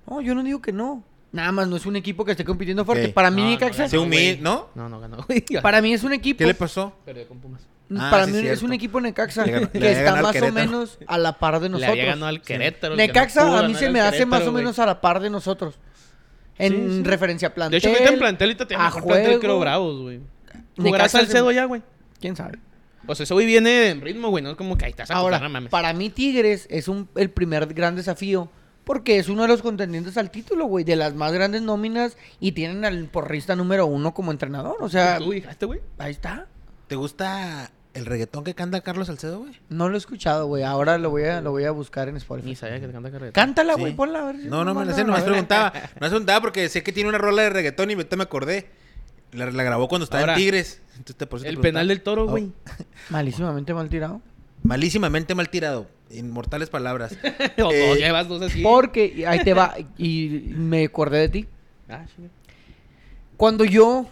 No, yo no digo que no. Nada más, no es un equipo que esté compitiendo fuerte. Ok. Para mí, No, no, Necaxa, ganó, Se humilla, güey. ¿no? No, no ganó, güey. para mí es un equipo. ¿Qué le pasó? Perdió con Pumas. Ah, para sí, mí es cierto. un equipo Necaxa Le ganó- le que había está ganado al más o Querétaro. menos a la par de Le nosotros. había ganado al Querétaro. el que no Necaxa pudo a mí ganar se al me hace Querétaro, más o güey. menos a la par de nosotros. En Sí, sí. referencia a plantel. De hecho, ahorita en plantel, ahorita tiene a mejor plantel que juego. los Bravos, güey. Jugará Necaxa se- Salcedo ya, güey. ¿Quién sabe? O sea, ese güey viene en ritmo, güey. No es como que ahí estás a Ahora, no mames. para mí Tigres es un, el primer gran desafío porque es uno de los contendientes al título, güey, de las más grandes nóminas y tienen al porrista número uno como entrenador. O sea, ¿Tú dijiste, güey? ahí está. ¿Te gusta el reggaetón que canta Carlos Salcedo, güey? No lo he escuchado, güey. Ahora lo voy a, lo voy a buscar en Ni Spotify. sabía que te canta carreta. Cántala, Sí. güey, ponla. A ver, si No, no me la sé, mandan a nomás ver. preguntaba. No preguntaba porque sé que tiene una rola de reggaetón y ahorita me acordé. La, la grabó cuando estaba Ahora, en Tigres. Entonces, te- por eso te El preguntaba. penal del toro, güey. Malísimamente mal tirado. Malísimamente mal tirado. Inmortales palabras. o Eh, dos, llevas dos así. Porque, y ahí te va, y me acordé de ti. Ah, chinga. Cuando yo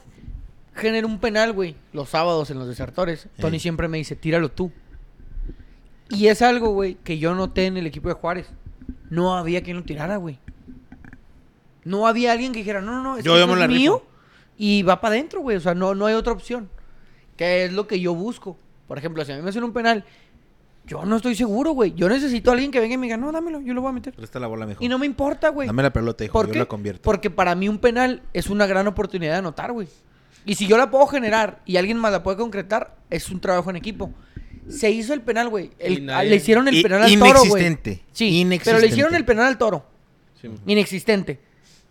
genero un penal, güey, los sábados en los desertores, Tony Ey. siempre me dice, tíralo tú. Y es algo, güey, que yo noté en el equipo de Juárez. No había quien lo tirara, güey. No había alguien que dijera, no, no, no, es Yo- que yo me esto es la mío. rifo. Y va para adentro, güey. O sea, no, no hay otra opción. Que es lo que yo busco. Por ejemplo, si a mí me hacen un penal, yo no estoy seguro, güey. Yo necesito a alguien que venga y me diga, no, dámelo, yo lo voy a meter. Presta la bola, mijo. Y no me importa, güey. Dame la pelota, hijo. ¿Por Yo qué? la convierto. Porque para mí un penal es una gran oportunidad de anotar, güey. Y si yo la puedo generar y alguien más la puede concretar, es un trabajo en equipo. Se hizo el penal, güey. El- Y nadie- Le hicieron el I- penal al toro, güey. inexistente. Sí, pero le Inexistente. hicieron el penal al toro. Sí, mo. Inexistente.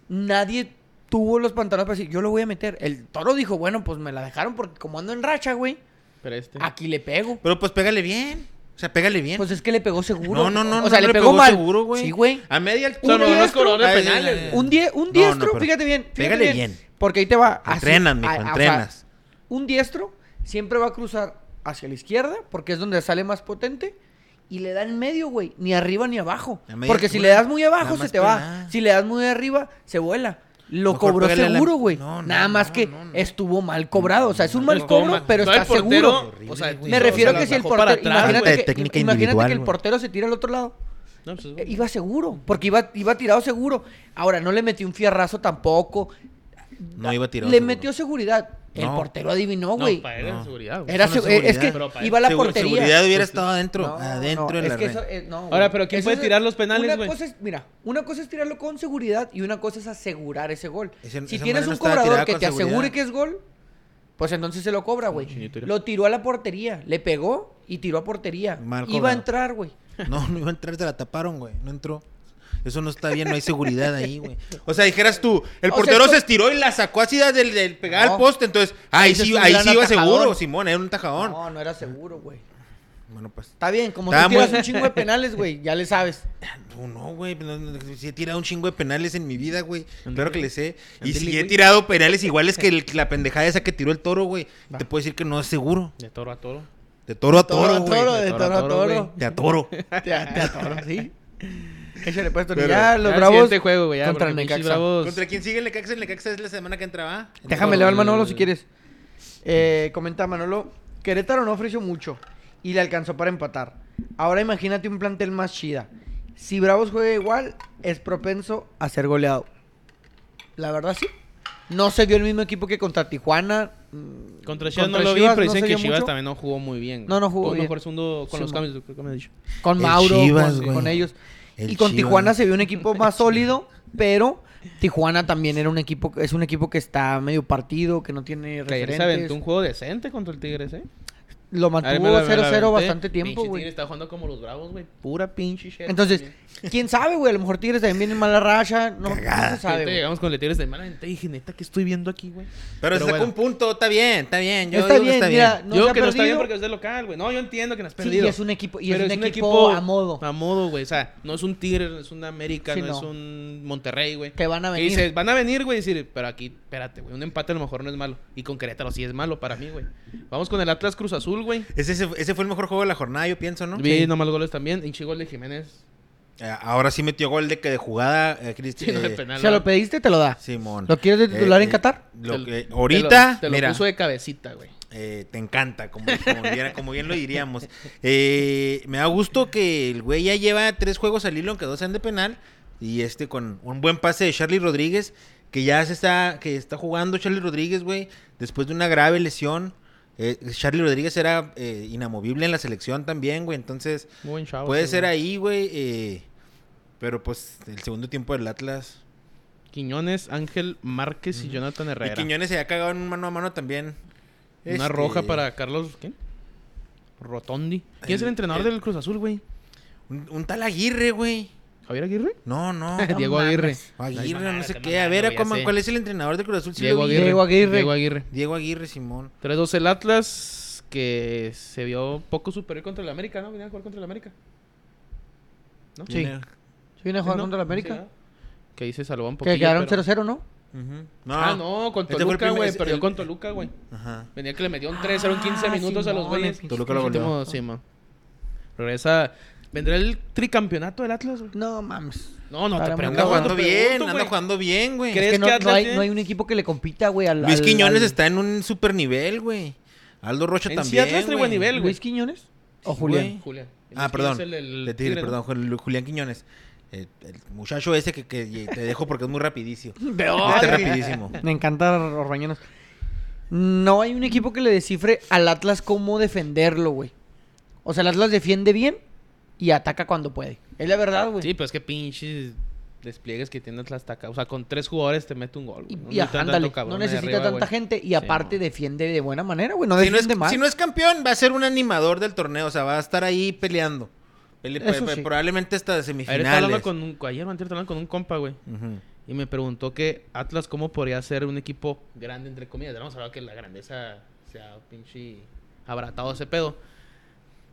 Nadie tuvo los pantalones para decir, yo lo voy a meter. El toro dijo, bueno, pues me la dejaron porque como ando en racha, güey, Pero este. aquí le pego. Pero pues pégale bien. O sea, pégale bien. Pues es que le pegó seguro. no, no, no. O sea, no le, pegó, mal. seguro, güey. Sí, güey. A media altura. Son un unos diestro- colores Ay, penales, ay, güey. Un, die- un No, diestro, no, pero fíjate bien. fíjate pégale bien. Porque ahí te va. así, Entrenas, mijo, a- a- o sea, entrenas. un diestro siempre va a cruzar hacia la izquierda porque es donde sale más potente. Y le da en medio, güey. Ni arriba ni abajo. A media Porque si altura, le das muy abajo, nada se más te va. penal. Si le das muy arriba, se vuela. Lo Mejor cobró pégale a la- seguro, güey. No, no, Nada más no, que no, no. estuvo mal cobrado. O sea, es un mal Pues, ¿cómo? cobro, pero No, está el portero, seguro. seguro. O sea, Horrible, güey. Me No, se refiero a la que si el bajó para portero. atrás, Falta de imagínate que, técnica imagínate individual, que el güey. portero se tira al otro lado. No, pues, Eh, Iba seguro, porque iba, iba tirado seguro. Ahora, no le metió un fierrazo tampoco. No iba a tirar. Le seguro. metió seguridad. El No. portero adivinó, no, güey. para él era No. seguridad, güey. Era Eso no es segu- eh, es que seguridad. Pero para iba a la Segu- portería. Seguridad hubiera estado adentro. Pues, No, adentro no, de la es que red. eso, eh, no, Ahora, güey. pero ¿quién Eso puede es- tirar los penales, una güey? cosa es- Mira, una cosa es tirarlo con seguridad y una cosa es asegurar ese gol. Ese- si esa madre tienes no un estaba cobrador tirada que con te asegure seguridad. que es gol, pues entonces se lo cobra, güey. chinito, mira. Lo tiró a la portería, le pegó y tiró a portería. Mal Iba a cobrado. entrar, güey. No, no iba a entrar, te la taparon, güey. No entró. Eso no está bien, no hay seguridad ahí, güey. O sea, dijeras tú, el O sea, portero esto- se estiró y la sacó así del, del pegar No. al poste, entonces, ahí Ese es sí, un ahí gran sí iba atajador. seguro, Simón, era un tajadón. No, no era seguro, güey. Bueno, pues. Está bien, como Estaba tú tiras muy- un chingo de penales, güey, ya le sabes. No, no, güey. no, no, sí he tirado un chingo de penales en mi vida, güey. Ándale. Claro que le sé. Y Ándale, si he güey. tirado penales iguales que el- la pendejada esa que tiró el toro, güey. Va. Te puedo decir que no es seguro. De toro a toro. De toro a Toro, toro, a güey. toro, de de toro toro a a toro, toro. Te atoro. Te, te atoro, sí. Échale pues, Tony. Pero- Ya, los Ya, bravos. siguiente juego, güey. ya, contra porque el pinches Necaxa. Bravos. ¿Contra quién sigue el Necaxa? El Necaxa es la semana que entraba. Déjame leer al Manolo si quieres. Eh, comenta Manolo. Querétaro no ofreció mucho y le alcanzó para empatar. Ahora imagínate un plantel más chida. Si Bravos juega igual, es propenso a ser goleado. La verdad sí. No se vio el mismo equipo que contra Tijuana. mm, Contra Chivas contra no lo vi, Chivas pero no dicen se que vio Chivas mucho. también no jugó muy bien. güey. No, no jugó Tuvo bien. mejor segundo con Sí, los mo. cambios, creo que me has dicho. Con El Mauro, Chivas, con, güey. con ellos. El y con Chivas. Tijuana se vio un equipo más sólido, pero Tijuana también era un equipo, es un equipo que está medio partido, que no tiene Que ayer se aventó un referentes. juego decente contra el Tigres, ¿eh? Lo A ver, me la- mantuvo me 0-0 la aventé. bastante tiempo, Pinche güey. Tigres está jugando como los bravos, güey. Pura pinche shit. Entonces, quién sabe, güey, a lo mejor Tigres también viene en mala racha, no, no se sabe. Ahorita güey. llegamos con el Tigres de mala venta y dije, neta, ¿qué estoy viendo aquí, güey? Pero, se sacó bueno. un punto, está bien, está bien. Yo Está digo que bien, está mira, bien. No yo se ha que no está bien perdido. porque es de local, güey. No, yo entiendo que no has Sí, perdido. y es un equipo y es Pero un equipo a modo. A modo, güey. O sea, no es un Tigres, no es un América, Sí, no, es no. un Monterrey, güey. Que van a Que venir. dices, van a venir, güey, y decir, pero aquí, espérate, güey, un empate a lo mejor no es malo. Y con Querétaro sí es malo para mí, güey. Vamos con el Atlas Cruz Azul, güey. Ese, ese- ese fue el mejor juego de la jornada, yo pienso, ¿no? Vi nomás goles también. Hinchi gol de Jiménez. Eh, ahora sí metió gol de que de jugada, eh, Cristi- Sí, no, de eh, penal, Se lo ¿verdad? pediste, te lo da. Simón. Eh, ¿Lo quieres de titular en Qatar? lo Te lo- que- te lo- ahorita, te lo mira, puso de cabecita, güey. eh, te encanta, como, como bien, como bien lo diríamos. Eh, me da gusto que el güey ya lleva tres juegos al hilo, aunque dos sean de penal, Y este con un buen pase de Charlie Rodríguez, que ya se está, que está jugando Charlie Rodríguez, güey, después de una grave lesión. Eh, Charlie Rodríguez era eh, inamovible en la selección también, güey. Entonces, Muy buen chavo. puede ese, ser güey. ahí, güey. eh, pero pues el segundo tiempo del Atlas. Quiñones, Ángel Márquez y Jonathan Herrera. Y Quiñones se ha cagado en un mano a mano también. Una Este, roja para Carlos. ¿Quién? Rotondi. ¿Quién es el El- entrenador el- del Cruz Azul, güey? Un, un tal Aguirre, güey. ¿Javier Aguirre? No, no. Diego mames. Aguirre. Aguirre, Ay, mamá, no sé te qué. A mamando, ver, ya ¿cómo- sé. ¿cuál es el entrenador de Cruz Azul? Sí Diego lo vi. Aguirre. Diego Aguirre. Diego Aguirre. Diego Aguirre, Simón. 3-2 el Atlas, que se vio poco superior contra el América, ¿no? Venía a jugar contra el América. ¿No? Sí. Viene- ¿Sí viene a jugar ¿No? contra la Sí, América? ¿no? que ahí se salvó un poquito. que quedaron 0-0, ¿no? Ujú. Ah, no, con Este fue el Toluca, primer- güey. es- Perdió el- con Toluca, güey. Ajá. Venía que le metió un 3-0 en 15 Ah, minutos a los Simón, güeyes. el Toluca lo Último, goleó. sí, man. Regresa. ¿Vendrá el tricampeonato del Atlas, güey? No mames. No, no, Estaremos te Anda pregunto. No, jugando te bien, pregunto, anda güey. jugando bien, güey. ¿Crees Es que no, que no Atlas hay, tiene- no hay un equipo que le compita, güey. al- Luis al- Quiñones al- está en un super nivel, güey. Aldo Rocha En sí, también. Atlas trae güey. buen nivel, güey. ¿Luis Quiñones? ¿O Sí, Julián? güey. Julián. Ah, perdón. Es el del de Tigre, Tigre, ¿no? perdón, Jul- Julián Quiñones. Eh, el muchacho ese que, que te dejo porque es muy rapidísimo. Está rapidísimo. Me encanta Orbañanos. No hay un equipo que le descifre al Atlas cómo defenderlo, güey. O sea, el Atlas defiende bien y ataca cuando puede. Es la verdad, güey. Sí, pero es que pinches despliegues que tiene Atlas Taca. O sea, con tres jugadores te mete un gol. Y, güey. y ajá, necesita ándale, tanto cabrón no ahí necesita arriba, tanta güey. gente y Sí, aparte no. defiende de buena manera, güey. No Si no, defiende es, mal. si no es campeón, va a ser un animador del torneo. O sea, va a estar ahí peleando. Pele- Eso pe- pe- sí. Probablemente hasta Ayer estaba hablando semifinales. con un, ayer o antier estaba hablando con un compa, güey. Ujú. Y me preguntó que Atlas, ¿cómo podría ser un equipo grande, entre comillas? Ya Vamos a hablar que la grandeza sea pinche abratado ese pedo.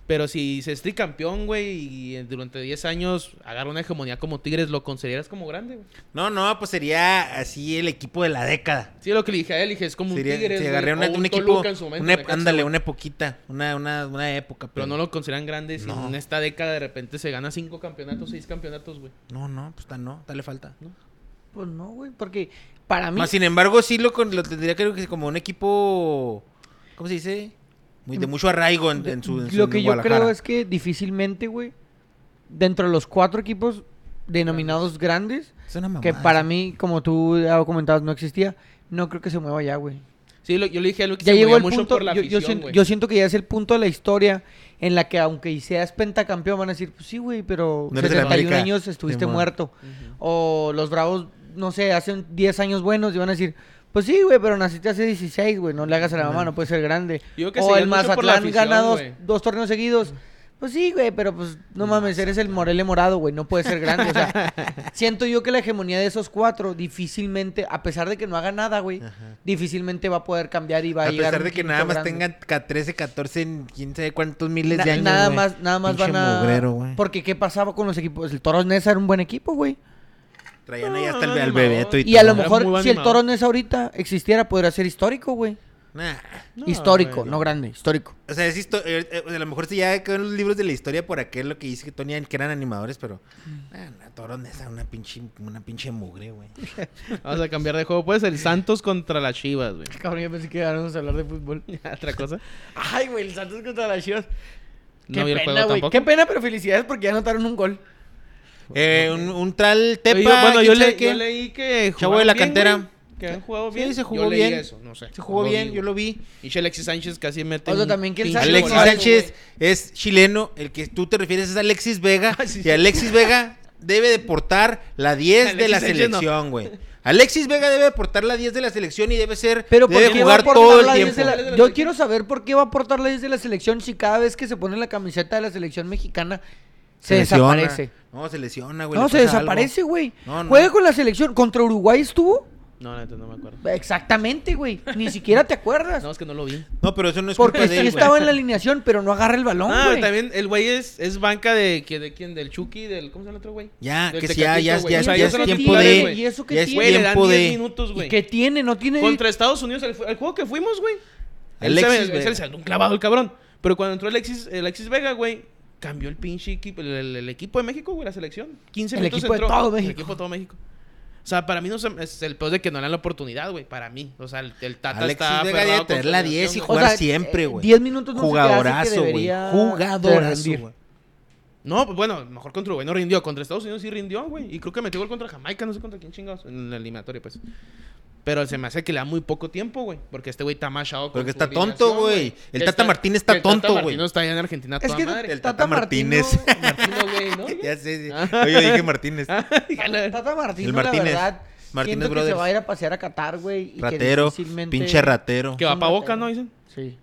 Pero si se es tricampeón, güey, y durante 10 años agarra una hegemonía como Tigres, ¿lo consideras como grande, güey? No, no, pues sería así el equipo de la década. Sí, lo que le dije a él, dije, es como Sería, un Tigres, si güey, agarré o una- un, equipo, Toluca en su momento, una ep- Necaxa, ándale, güey. una epoquita, una, una, una época. Pero no lo consideran grande si No. en esta década de repente se gana cinco campeonatos, seis campeonatos, güey. No, no, pues tan no, tal le falta. Pues no, güey, porque para mí... Más sin embargo, sí lo, con- lo tendría que ver como un equipo, ¿cómo se dice? Muy, de mucho arraigo en, en su en su- lo en que yo creo Guadalajara. es que difícilmente, güey, dentro de los cuatro equipos denominados grandes, Es una que mamada. para mí, como tú ya comentabas, no existía, no creo que se mueva ya, güey. Sí, lo- yo le dije a él que Ya se llegó movía el mucho punto, por la yo, yo afición, siento, güey. yo siento que ya es el punto de la historia en la que aunque seas pentacampeón van a decir, pues sí, güey, pero No eres de 71 América. años estuviste Simón. muerto. Ujú. O los Bravos, no sé, hacen 10 años buenos y van a decir, pues sí, güey, pero naciste hace 16, güey, no le hagas a la mamá, no puede ser grande. Yo creo que O sería el mucho por la Mazatlán afición, gana dos, güey. dos torneos seguidos. Pues sí, güey, pero pues no mames, eres el Morele Morado, güey, no puede ser grande. O sea, siento yo que la hegemonía de esos cuatro difícilmente, a pesar de que no haga nada, güey, Ajá. difícilmente va a poder cambiar y va a, A llegar. pesar un de que quinto nada más grande. tengan ca- 13, 14, 15, cuántos miles Na- de años. nada güey. más, nada más Pinche van a. mugrero, güey. Porque qué pasaba con los equipos. El Toros Nesa era un buen equipo, güey. Traían ahí No, hasta el, no, al no, bebeto y, Y a todo. lo Era muy mejor buen si el animador. Toros Nesa ahorita existiera, podría ser histórico, güey. Nah. No, histórico, güey. no grande, histórico. O sea, es histo- eh, eh, a lo mejor sí ya quedó en los libros de la historia por aquel lo que dice que Tony que eran animadores, pero. Nah, nah, Toro Nesa, una pinche, una pinche mugre, güey. Vamos a cambiar de juego. Pues el Santos contra las Chivas, güey. Cabrón, yo pensé que íbamos a hablar de fútbol. Otra cosa. Ay, güey, el Santos contra las Chivas. no vi el juego tampoco. Qué pena, pero felicidades porque ya anotaron un gol. Eh, un, un tal Tepa. Pero yo- bueno, ¿quién yo, sabe le- qué? yo leí que. Chavo de la jugaron bien, cantera. güey, Que han jugado Sí, bien. se jugó Yo leí bien. eso, no sé. Se jugó No lo vi, bien, yo güey. lo vi. Y Alexis Sánchez casi mete. O sea, un también que el pinche Sánchez- Alexis golazo, Sánchez güey. es chileno, el que tú te refieres es Alexis Vega. Y Alexis Vega debe de portar la 10 de Alexis la Sánchez no. selección, güey. Alexis Vega debe de portar la 10 de la selección y debe ser. Pero ¿por debe qué va jugar a portar todo el la 10 tiempo. de la- Yo quiero saber por qué va a portar la 10 de la selección si cada vez que se pone la camiseta de la selección mexicana se lesiona. desaparece. No, se lesiona, güey. No, le se pasa algo. desaparece, güey. No, no. Juega con la selección. ¿Contra Uruguay estuvo? No, neta, no me acuerdo. Exactamente, güey. Ni siquiera te acuerdas. No, es que no lo vi. No, pero eso no es porque culpa sí de él, güey. estaba en la alineación, pero no agarra el balón, Ah, güey. también el güey es, es banca de, que- de quién, del Chucky, del. ¿Cómo se llama el otro güey? Ya, Del que sí, ya, ya, Tecatito, güey. ya, O sea, ya ellos son es los tiempo titulares, de. güey. ¿Y eso qué ya es tiene? Güey, le dan tiempo 10 de. minutos, güey. ¿Qué tiene? No tiene... Contra Estados Unidos, el, fu- el juego que fuimos, güey. Él Alexis sabe- Vega. él se aventó un clavado el cabrón. Pero cuando entró Alexis, Alexis Vega, güey, cambió el pinche equipo, el, el- el equipo de México, güey, la selección. 15 El minutos equipo de entró. todo México. El equipo de todo México. O sea, para mí no se, es el peor de que no le dan la oportunidad, güey. Para mí. O sea, el, el Tata Alexis está Vega aferrado debe con tener su la selección, 10 y güey. jugar siempre, güey. 10 minutos no se te hace que Jugadorazo, güey. debería de Jugadorazo, rendir. güey. No, pues bueno, mejor contra Uruguay no rindió. Contra Estados Unidos sí rindió, güey. Y creo que metió gol contra Jamaica, no sé contra quién chingados. En la eliminatoria, pues. Pero se me hace que le da muy poco tiempo, güey. Porque este güey está machado con Porque su está tonto, alineación, güey. El Que Tata Martino está que el Tata tonto, güey. Martino está allá en Argentina Es toda que madre. el Tata Martínez. Martino, güey, ¿no? Ya sé, sí. Ah. Oye, dije Martínez. Ah, Jala. Tata Martino, El Martínez. la verdad. Martínez siento que Brothers. se va a ir a pasear a Qatar, güey. y que Ratero, difícilmente- pinche ratero. que va pa' boca, ¿no? Dicen. Sí.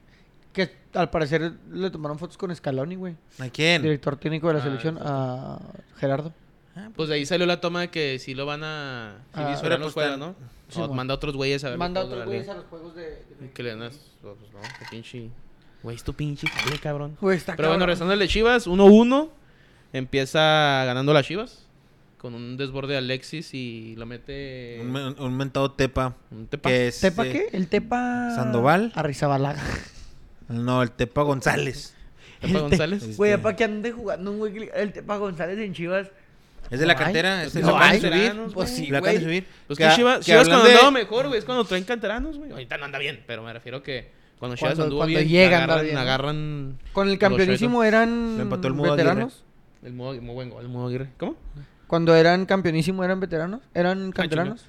Que al parecer le tomaron fotos con Scaloni, güey. ¿A quién? Director técnico de la Ah, selección, a Gerardo. Ah, Pues de ahí salió la toma de que si lo van a. Si Ah, ah, pero los pues juega, tan- ¿no? Sí, O bueno. manda a otros güeyes a ver. Manda a pues, otros órale. güeyes a los juegos de... Y Que le dan as- Pues no, qué pinche. Güey, es tu pinche familia, cabrón. Güey, está Pero bueno, Ah, cabrón. regresando al de Chivas, 1-1. Empieza ganando las Chivas. Con un desborde de Alexis y lo mete. Un, men- un mentado Tepa. un tepa. Que es, ¿Tepa eh, qué? ¿El Tepa... ¿Sandoval? Arrizabalaga. No, el Tepa González. Tepa González. Este- Güey, ¿para que ande jugando un güey? El Tepa González en Chivas. Es de la No hay. cantera. es- Pues lo no acaban hay. de subir. Veteranos, Pues güey. sí, Lo acaban de güey. subir. Pues a- que Chivas, Chivas hablando cuando de- andaba mejor, güey. Es cuando traen canteranos, güey. Ahorita no anda bien, pero me refiero que cuando Chivas Cuando- anduvo cuando bien, llega a andar agarran, bien, ¿no? agarran Con el Los campeonísimo eran Lo empató el Mudo veteranos. el modo, muy buen gol, el modo Aguirre. ¿Cómo? Cuando eran campeonísimo eran veteranos. Eran canteranos.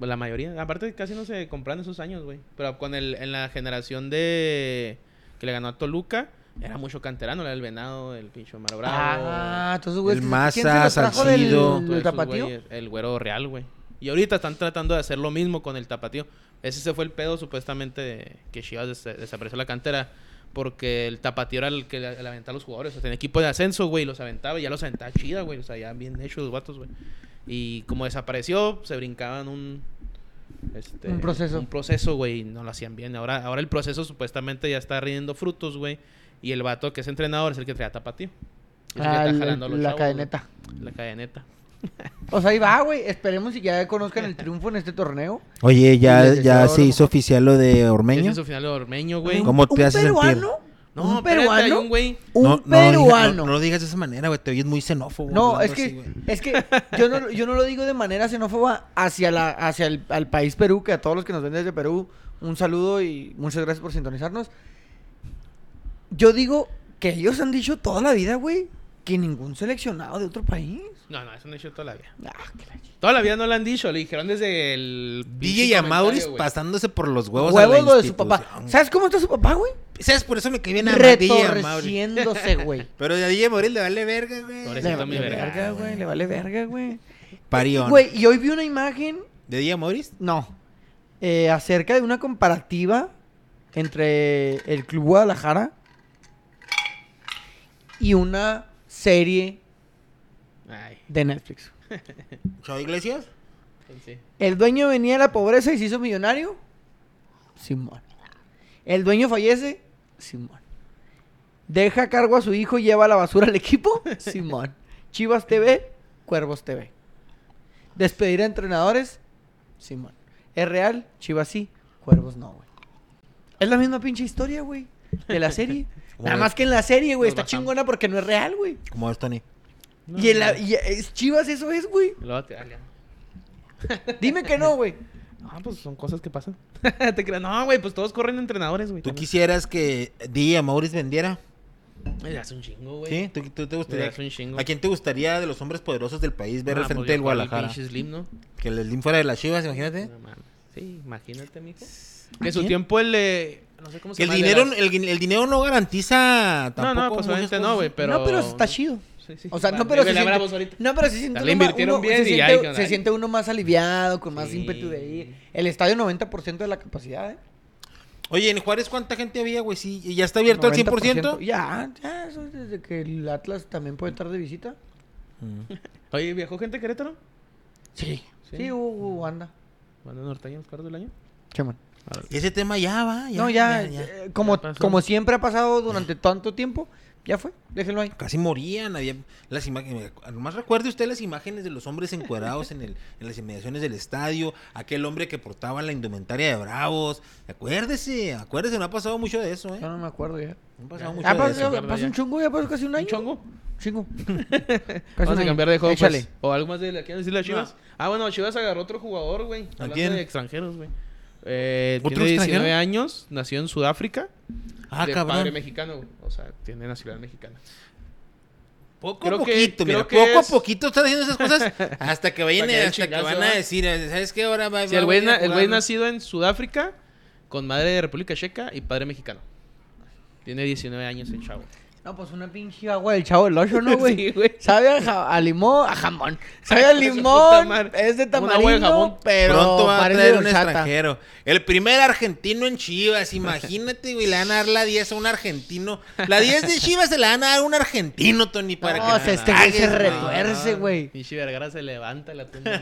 Pues La mayoría. Aparte, casi no se compran esos años, güey. Pero con el, en la generación de. que le ganó a Toluca, era mucho canterano. Era el Venado, el pinche Omar Bravo. Ah, entonces, güey. El ¿quién Maza, se los trajo del- Salcido. todos del esos tapatío? güeyes, el güero real, güey. Y ahorita están tratando de hacer lo mismo con el tapatío. Ese se fue el pedo, supuestamente, de que Chivas des- desapareció la cantera. Porque el tapatío era el que le, le aventaba a los jugadores. O sea, tenía equipo de ascenso, güey. Los aventaba y ya los aventaba chida, güey. O sea, ya bien hechos los vatos, güey. Y como desapareció, se brincaban un... este, Un proceso. Un proceso, güey. y No lo hacían bien. Ahora, ahora el proceso supuestamente ya está rindiendo frutos, güey. Y el vato que es entrenador es el que trae a tapatío. Es el que Ah, Pues está el- jalando a los la chavos, güey. cadeneta. La cadeneta. O sea, ahí va, güey. Esperemos y ya conozcan el triunfo en este torneo. Oye, Y ya, les ya deseo se lo hizo oficial lo de Ese Ormeño. Es su final de Ormeño, güey. ¿Cómo te hace sentir? peruano? No, ¿Un pero hay peruano? un güey. Un No, no lo diga- peruano. No, no lo digas de esa manera, güey. Te oyes muy xenófobo. No, hablando es así, que, güey. es que yo no, yo no lo digo de manera xenófoba hacia, la, hacia el al país Perú, que a todos los que nos ven desde Perú, un saludo y muchas gracias por sintonizarnos. Yo digo que ellos han dicho toda la vida, güey, que ningún seleccionado de otro país. No, no, eso no he hecho toda la vida. Ah, que la ch- Toda la vida no lo han dicho, le dijeron desde el. pinche DJ Amauris comentario, güey. pasándose por los huevos. Huevos, a la lo de su papá. institución, güey. ¿Sabes cómo está su papá, güey? ¿Sabes? Por eso me caí bien a DJ Amauris. Retorciéndose, güey. Pero a DJ Amauris le vale verga, güey. Pobrecito, Le Está muy vale verga, verga, güey. Le vale verga, güey. Parión. Güey, y hoy vi una imagen ¿De DJ Amauris? No. Eh, acerca de una comparativa entre el Club Guadalajara y una serie Ay, de Netflix. ¿Chavo Iglesias? pues sí. El dueño venía de la pobreza y se hizo millonario. Simón. El dueño fallece. Simón. Deja a cargo a su hijo y lleva a la basura al equipo. Simón. Chivas TV, Cuervos TV. Despedir a entrenadores. Simón. Es real, Chivas sí, Cuervos no, güey. Es la misma pinche historia, güey. De la serie. ¿Cómo Nada ves? más que en la serie, güey. Nos Está basamos. chingona porque no es real, güey. Como es Tony. No, y en la, no. y es- Chivas eso es, güey. Lo va a tirar, ya. Dime que no, güey. Ah, pues son cosas que pasan. Te creas. No, güey, pues todos corren entrenadores, güey. ¿Tú también. quisieras que DJ Amauris vendiera? Le das un chingo, güey. ¿Sí? ¿Tú, tú te gustaría? Le das un chingo. ¿A quién te gustaría de los hombres poderosos del país ver Ah, al frente pues, del yo por el Guadalajara? pinche Slim, ¿no? Que el Slim fuera de las chivas, imagínate. No mames. Sí, imagínate, mijo. ¿A Que su quién? tiempo el. eh, No sé cómo se Que el llama, de dinero, las- el, gui- el dinero no garantiza No, tampoco. no, pues muchas obviamente cosas. no, güey, pero. No, pero está chido. Sí, sí. O sea, no, Vale, pero se le siente, hablamos ahorita. no, pero se siente, Le uno ma- invirtieron uno- bien se, y ya siente, dijeron, se "Ay". siente uno más aliviado, con más Sí. ímpetu de ir. El estadio 90% de la capacidad, ¿eh? Oye, en Juárez, ¿cuánta gente había, güey? Sí, ¿y ¿ya está abierto al 100%? Ya, ya, eso es desde que el Atlas también puede estar de visita. Oye, ¿viajó gente a Querétaro? Sí. Sí, Sí. hubo, hubo anda. Manda norteña los cuartos del año. Mm. Ese tema ya va. Ya, no, ya, eh, como, Ya pasó. como siempre ha pasado durante tanto tiempo, ya fue, déjenlo ahí. Casi morían, había las imágenes, nomás recuerde usted las imágenes de los hombres encuerados en, el, en las inmediaciones del estadio, aquel hombre que portaba la indumentaria de Bravos, acuérdese, acuérdese, no ha pasado mucho de eso, ¿eh? Yo no me acuerdo ya. No ha pasado Ya, mucho Ya de pasó, eso. acuerdo pasó ya. un chungo, ya pasó casi un año. ¿Un chongo? Chingo. Casi Vamos un a año. cambiar de juego, Échale. pues. O algo más de la que decirle a Chivas. Ah, bueno, Chivas agarró otro jugador, güey. ¿A Hablando quién? de extranjeros, güey. Eh, ¿Otro tiene 19 extranjero? años, nació en Sudáfrica. Ah, de padre cabrón. mexicano, güey. O sea, tiene nacionalidad mexicana. Poco Poco a a que- poquito, creo mira, que poco es- a poquito están haciendo esas cosas hasta que vayan, Para que den hasta que chingazo, van a ¿verdad? decir, ¿sabes qué? Ahora va, Sí, va- el güey, voy a na- el jugar, güey ¿no? nacido en Sudáfrica con madre de República Checa y padre mexicano. Tiene 19 años el chavo. No, pues una pinche agua del chavo del ocho, ¿no, güey? Sí, güey. Sabe a, ja- a limón, a jamón. Sabe a Su puta limón, madre. es de Un agua de jamón. tamarindo, pero Pronto va a parece traer de un horchata. extranjero. El primer argentino en Chivas, imagínate, güey, le van a dar la 10 a un argentino. La 10 de Chivas se la van a dar a un argentino, Tony, para No, que o te sea, este güey se cagues, güey. retuerce, Ah, güey. Pinche Vergara se levanta la tumba.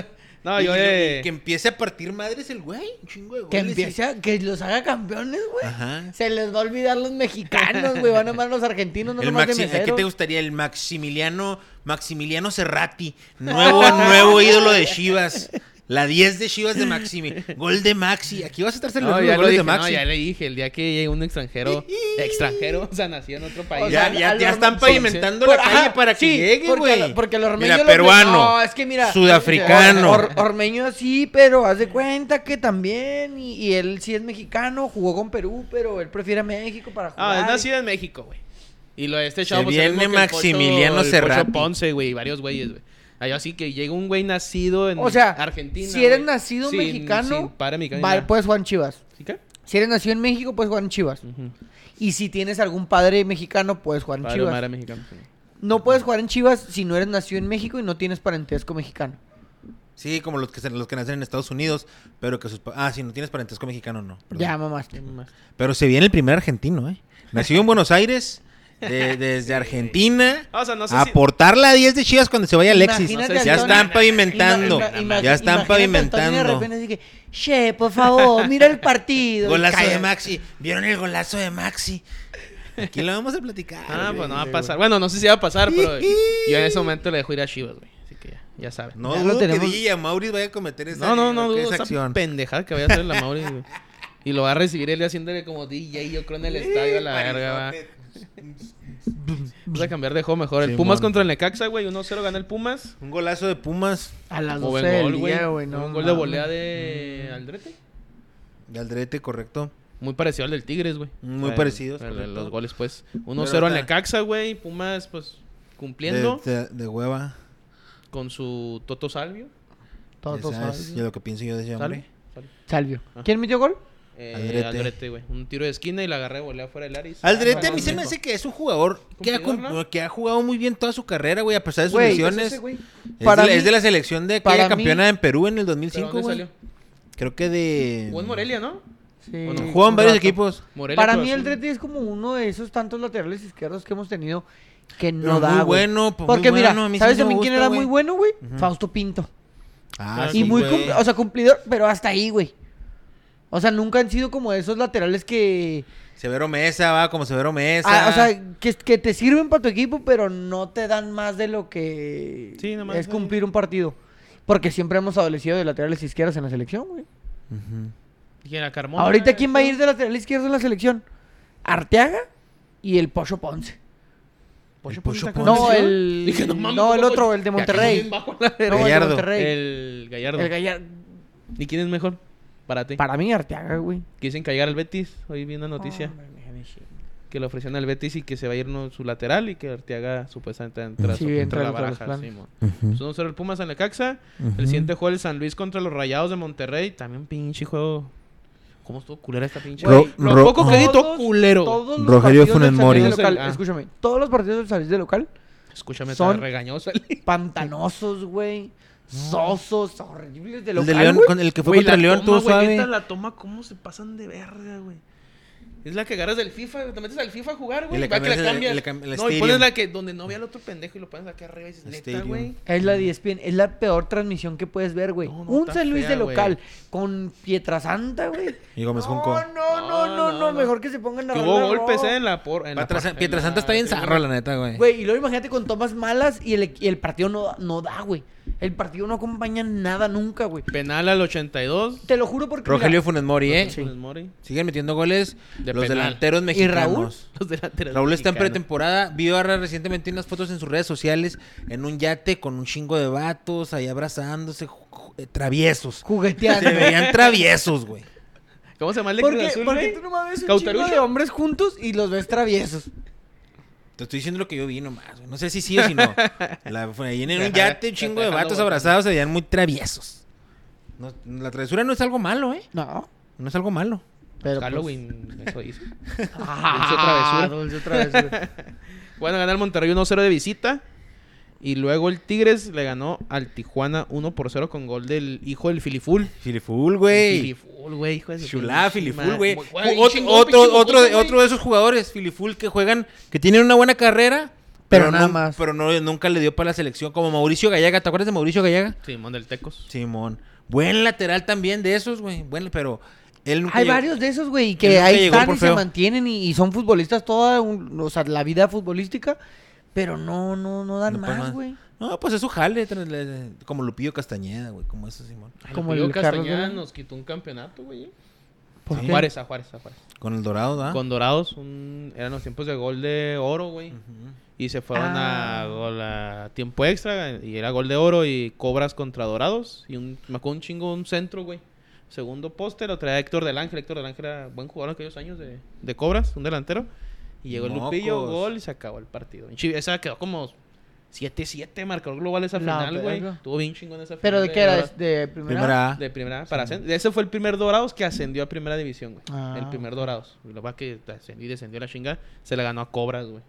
no, Y- yo y eh, que empiece a partir madres el güey, un chingo de Que goles y- empiece a, que los haga campeones, güey. Ajá. Se les va a olvidar los mexicanos, güey. Van a amar los argentinos, no El nomás de Maxi- ¿a ¿Qué meseros. te gustaría? El Maximiliano, Maximiliano Cerrati, nuevo, nuevo ídolo de Chivas. La 10 de Chivas de Maximi. Gol de Maxi. Aquí vas a estar no, celebrando ya los lo goles dije, de Maxi. no, ya le dije, el día que llegue un extranjero, extranjero, o sea, nació en otro país. O Ya, sea, ya, a ya lo- están sí, pavimentando Por- la ajá, calle para que sí, llegue, porque güey. lo- Porque los ormeños Mira, lo- peruano, No, es que mira. sudafricano. or- ormeño sí, pero haz de cuenta que también. Y, y él sí es mexicano, jugó con Perú, pero él prefiere a México para jugar. Ah, es nacido en México, güey. Y lo de este chavo. Se pues, el viene mismo que el Maximiliano Pocho- el Pocho Cerrati. Ponce, güey, y varios güeyes, güey. Ahí así que llega un güey nacido en O sea, Argentina. si eres güey. nacido Sin- mexicano, sin padre mexicano. Va, puedes jugar en Chivas. ¿Sí qué? Si eres nacido en México, puedes jugar en Chivas. Y si tienes algún padre mexicano, puedes jugar en Padre o Chivas. madre mexicano. sí. No puedes jugar en Chivas si no eres nacido en México y no tienes parentesco mexicano. Sí, como los que, se- los que nacen en Estados Unidos, pero que sus... pa- Ah, si no tienes parentesco mexicano, no. perdón. Ya, mamaste. Pero se viene el primer argentino, ¿eh? Nacido en Buenos Aires, de- desde Argentina. O sea, no sé si- aportar la 10 de Chivas cuando se vaya Alexis. Imagínate No sé si- ya Antonio- están pavimentando. Ima- ima- ya están imagínate a Antonio pavimentando. De repente así que, che, por favor, mira el partido. Golazo Cállate. de Maxi. ¿Vieron el golazo de Maxi? Aquí lo vamos a platicar. Ah, güey. pues no va a pasar. Bueno, no sé si va a pasar, pero yo en ese momento le dejo ir a Chivas, güey. Así que ya, ya saben. No Ya lo dudo que tenemos. DJ Mauriz vaya a cometer esa, No, no, no, que dudo esa esa acción. pendejada que vaya a hacer la Mauri, güey. Y lo va a recibir él haciéndole como DJ, yo creo, en el estadio a la verga, va. Vamos a cambiar de juego mejor. El Simón. Pumas contra el Necaxa, güey. 1-0 gana el Pumas. Un golazo de Pumas A las 12 O buen del gol, güey. día, güey. Un No, gol de mames. volea de Aldrete. de Aldrete, correcto. Muy parecido al del Tigres, güey. Muy Eh, parecidos, el- correcto. los goles, pues. Pero 1-0 al ahorita- Necaxa, güey. Pumas, pues, De, cumpliendo de- de hueva. con su Toto Salvio. Todo, Ya todo sabes, Salvio. ya lo que pienso yo de ese hombre. Salvio. Salvio. Salvio. Ah. ¿Quién metió gol? Eh, Aldrete. Aldrete, güey. Un tiro de esquina y la agarré volea fuera del área. y se- Aldrete a Ah, mí se me no, hace que es un jugador que ha, Cumplidor, cum- ¿no? que ha jugado muy bien toda su carrera, güey, a pesar de sus Güey, lesiones. es ese güey. Es, Para de, la- mí- es de la selección de aquella para mí- campeona en Perú en el ¿Pero 2005, dónde güey. salió? Creo que de... Mm, Jugó en Morelia, ¿no? Sí, Bueno, Jugó en un varios rato. equipos. Morelia. Para Cruz mí el Azul. Drete es como uno de esos tantos laterales izquierdos que hemos tenido que Pero no da, muy güey. bueno, pues, muy Porque mira, bueno, a mí sí ¿sabes me también quién gusta, era güey. muy bueno, güey? Ujú. Fausto Pinto. Ah, y sí, muy, güey. cum- o sea, cumplidor, pero hasta ahí, güey. O sea, nunca han sido como esos laterales que... Severo Mesa, va, como Severo Mesa. Ah, o sea, que, que te sirven para tu equipo, pero no te dan más de lo que Sí, nada más, es sí. cumplir un partido. Porque siempre hemos adolecido de laterales izquierdos en la selección, güey. Ujú. ¿Quién era Carmona? Ahorita, ¿quién va a ir de lateral izquierdo en la selección? Arteaga y el Pocho Ponce. El Pocho Ponce. Ponce. No, el... Dije, no, mames, el ¿cómo? otro, el de Ya, bien Monterrey. bajo No, la verga. el de Gallardo. Monterrey. El Gallardo. El Gallar- ¿Y quién es mejor? Para ti. Para mí, Arteaga, güey. Que dicen que llegar al Betis. Hoy vi una noticia Hombre, me me chinga. que le ofrecían al Betis y que se va a ir uno, su lateral y que Arteaga supuestamente entra Sí, su- entra entra la dentro de los baraja. planes. Sí, mon. Ujú. Pues 1-0 el Pumas en la Caxa. Ujú. El siguiente juego el San Luis contra los Rayados de Monterrey. También pinche juego. ¿Cómo estuvo culera esta pinche? Ro- Lo ro- poco que di, todo Todos- culero. güey. Todos los Rogelio partidos del Funes San Luis Mori. de local, Ah. Escúchame, todos los partidos del San Luis de local, Escúchame, Son- te regañó Salí. pantanosos, güey, sosos, horribles de El local, de León, güey. con- el que fue Güey, contra la León, toma, tuvo güey, neta, suave. la toma, ¿cómo se pasan de verga, güey? Es la que agarras del FIFA, güey, te metes al FIFA a jugar, güey. Y le Y va que la cambias el- cambias. le cam- el no, y pones Stadium. la que donde no ve al otro pendejo y lo pones aquí arriba y dices, neta, Stadium. güey. Es la E 10 es la peor transmisión que puedes ver, güey. No, no, Un está San Luis de fea, güey. local con Pietrasanta, güey. Y Gómez no, Junco. no, no, no, no, mejor que se pongan a Que hubo rolar, golpes, no. eh, en la por. en la Pietra- por- en Pietrasanta la está bien tribuna. zarro, la neta, güey. Güey, y luego imagínate con tomas malas y el, y el partido no, no da, güey. El partido no acompaña nada nunca, güey. Penal al 82. Te lo juro porque... Rogelio mira, Funes Mori, ¿eh? Funes Mori. Siguen metiendo goles De los penal. delanteros mexicanos. Los delanteros. Raúl? está en mexicanos. pretemporada. Vio ahora recientemente unas fotos en sus redes sociales en un yate con un chingo de vatos ahí abrazándose, ju- ju- eh, traviesos. Jugueteando. Se veían traviesos, güey. ¿Cómo se llama el de Porque, Cruz Azul, porque güey? tú nomás ves un ¿Cautarucho? chingo de hombres juntos y los ves traviesos. Te estoy diciendo lo que yo vi nomás, güey. No sé si sí o si no. La, fue ahí en un yate, un chingo de vatos abrazados, se veían muy traviesos. No- la travesura no es algo malo, ¿eh? No. No es algo malo. Pero Halloween, eso dice. Pues, ah, dulce travesura. Bueno, ganar el Monterrey 1-0 de visita. Y luego el Tigres le ganó al Tijuana 1 por 0 con gol del hijo del Filiful. Filiful, güey. Filiful, güey, hijo de su Chulá, pinche Filiful, madre. güey. Como- Ju- pinche Otro, gol, otro, pinche otro de, gozote, otro de esos jugadores, Filiful, que juegan, que tienen una buena carrera, pero, Pero nada no- más. Pero no, nunca le dio para la selección, como Mauricio Gallaga. ¿Te acuerdas de Mauricio Gallaga? güey. Simón del Tecos. Simón. Buen lateral también de esos, güey. Bueno, pero él nunca Hay llegó- varios de esos, güey, que que nunca ahí llegó están por y se feo. mantienen y, y son futbolistas toda, un- o sea, la vida futbolística, pero no, no, no dan No pasa más, nada. güey. No, pues es su jale, tra- le- le- como Lupillo Castañeda, güey, como eso, Simón. Como Como el el Carlos Castañeda Durán. nos quitó un campeonato, güey. ¿Por A qué? Juárez, a Juárez, a Juárez. Con el Dorado, ¿ah? Con Dorados un- eran los tiempos de gol de oro, güey. Ujú. Y se fueron a, Ah. gol a tiempo extra y era gol de oro y cobras contra Dorados. Y un, me acuerdo un chingo un centro, güey. Segundo poste lo traía Héctor del Ángel. Héctor del Ángel era buen jugador en aquellos años de, de cobras, un delantero. Y llegó Mocos. el Lupillo, gol y se acabó el partido. En Chi- Esa quedó como 7-7, marcador global esa La final, güey. verga. Estuvo bien chingón esa final. ¿Pero de qué era? Dorados. ¿Es ¿De primera? Primera A. De primera para ascend- Ese fue el primer Dorados que ascendió a primera división, güey. Ah, el primer Dorados. Lo va que ascendió y descendió la chinga. Se la ganó a Cobras, güey.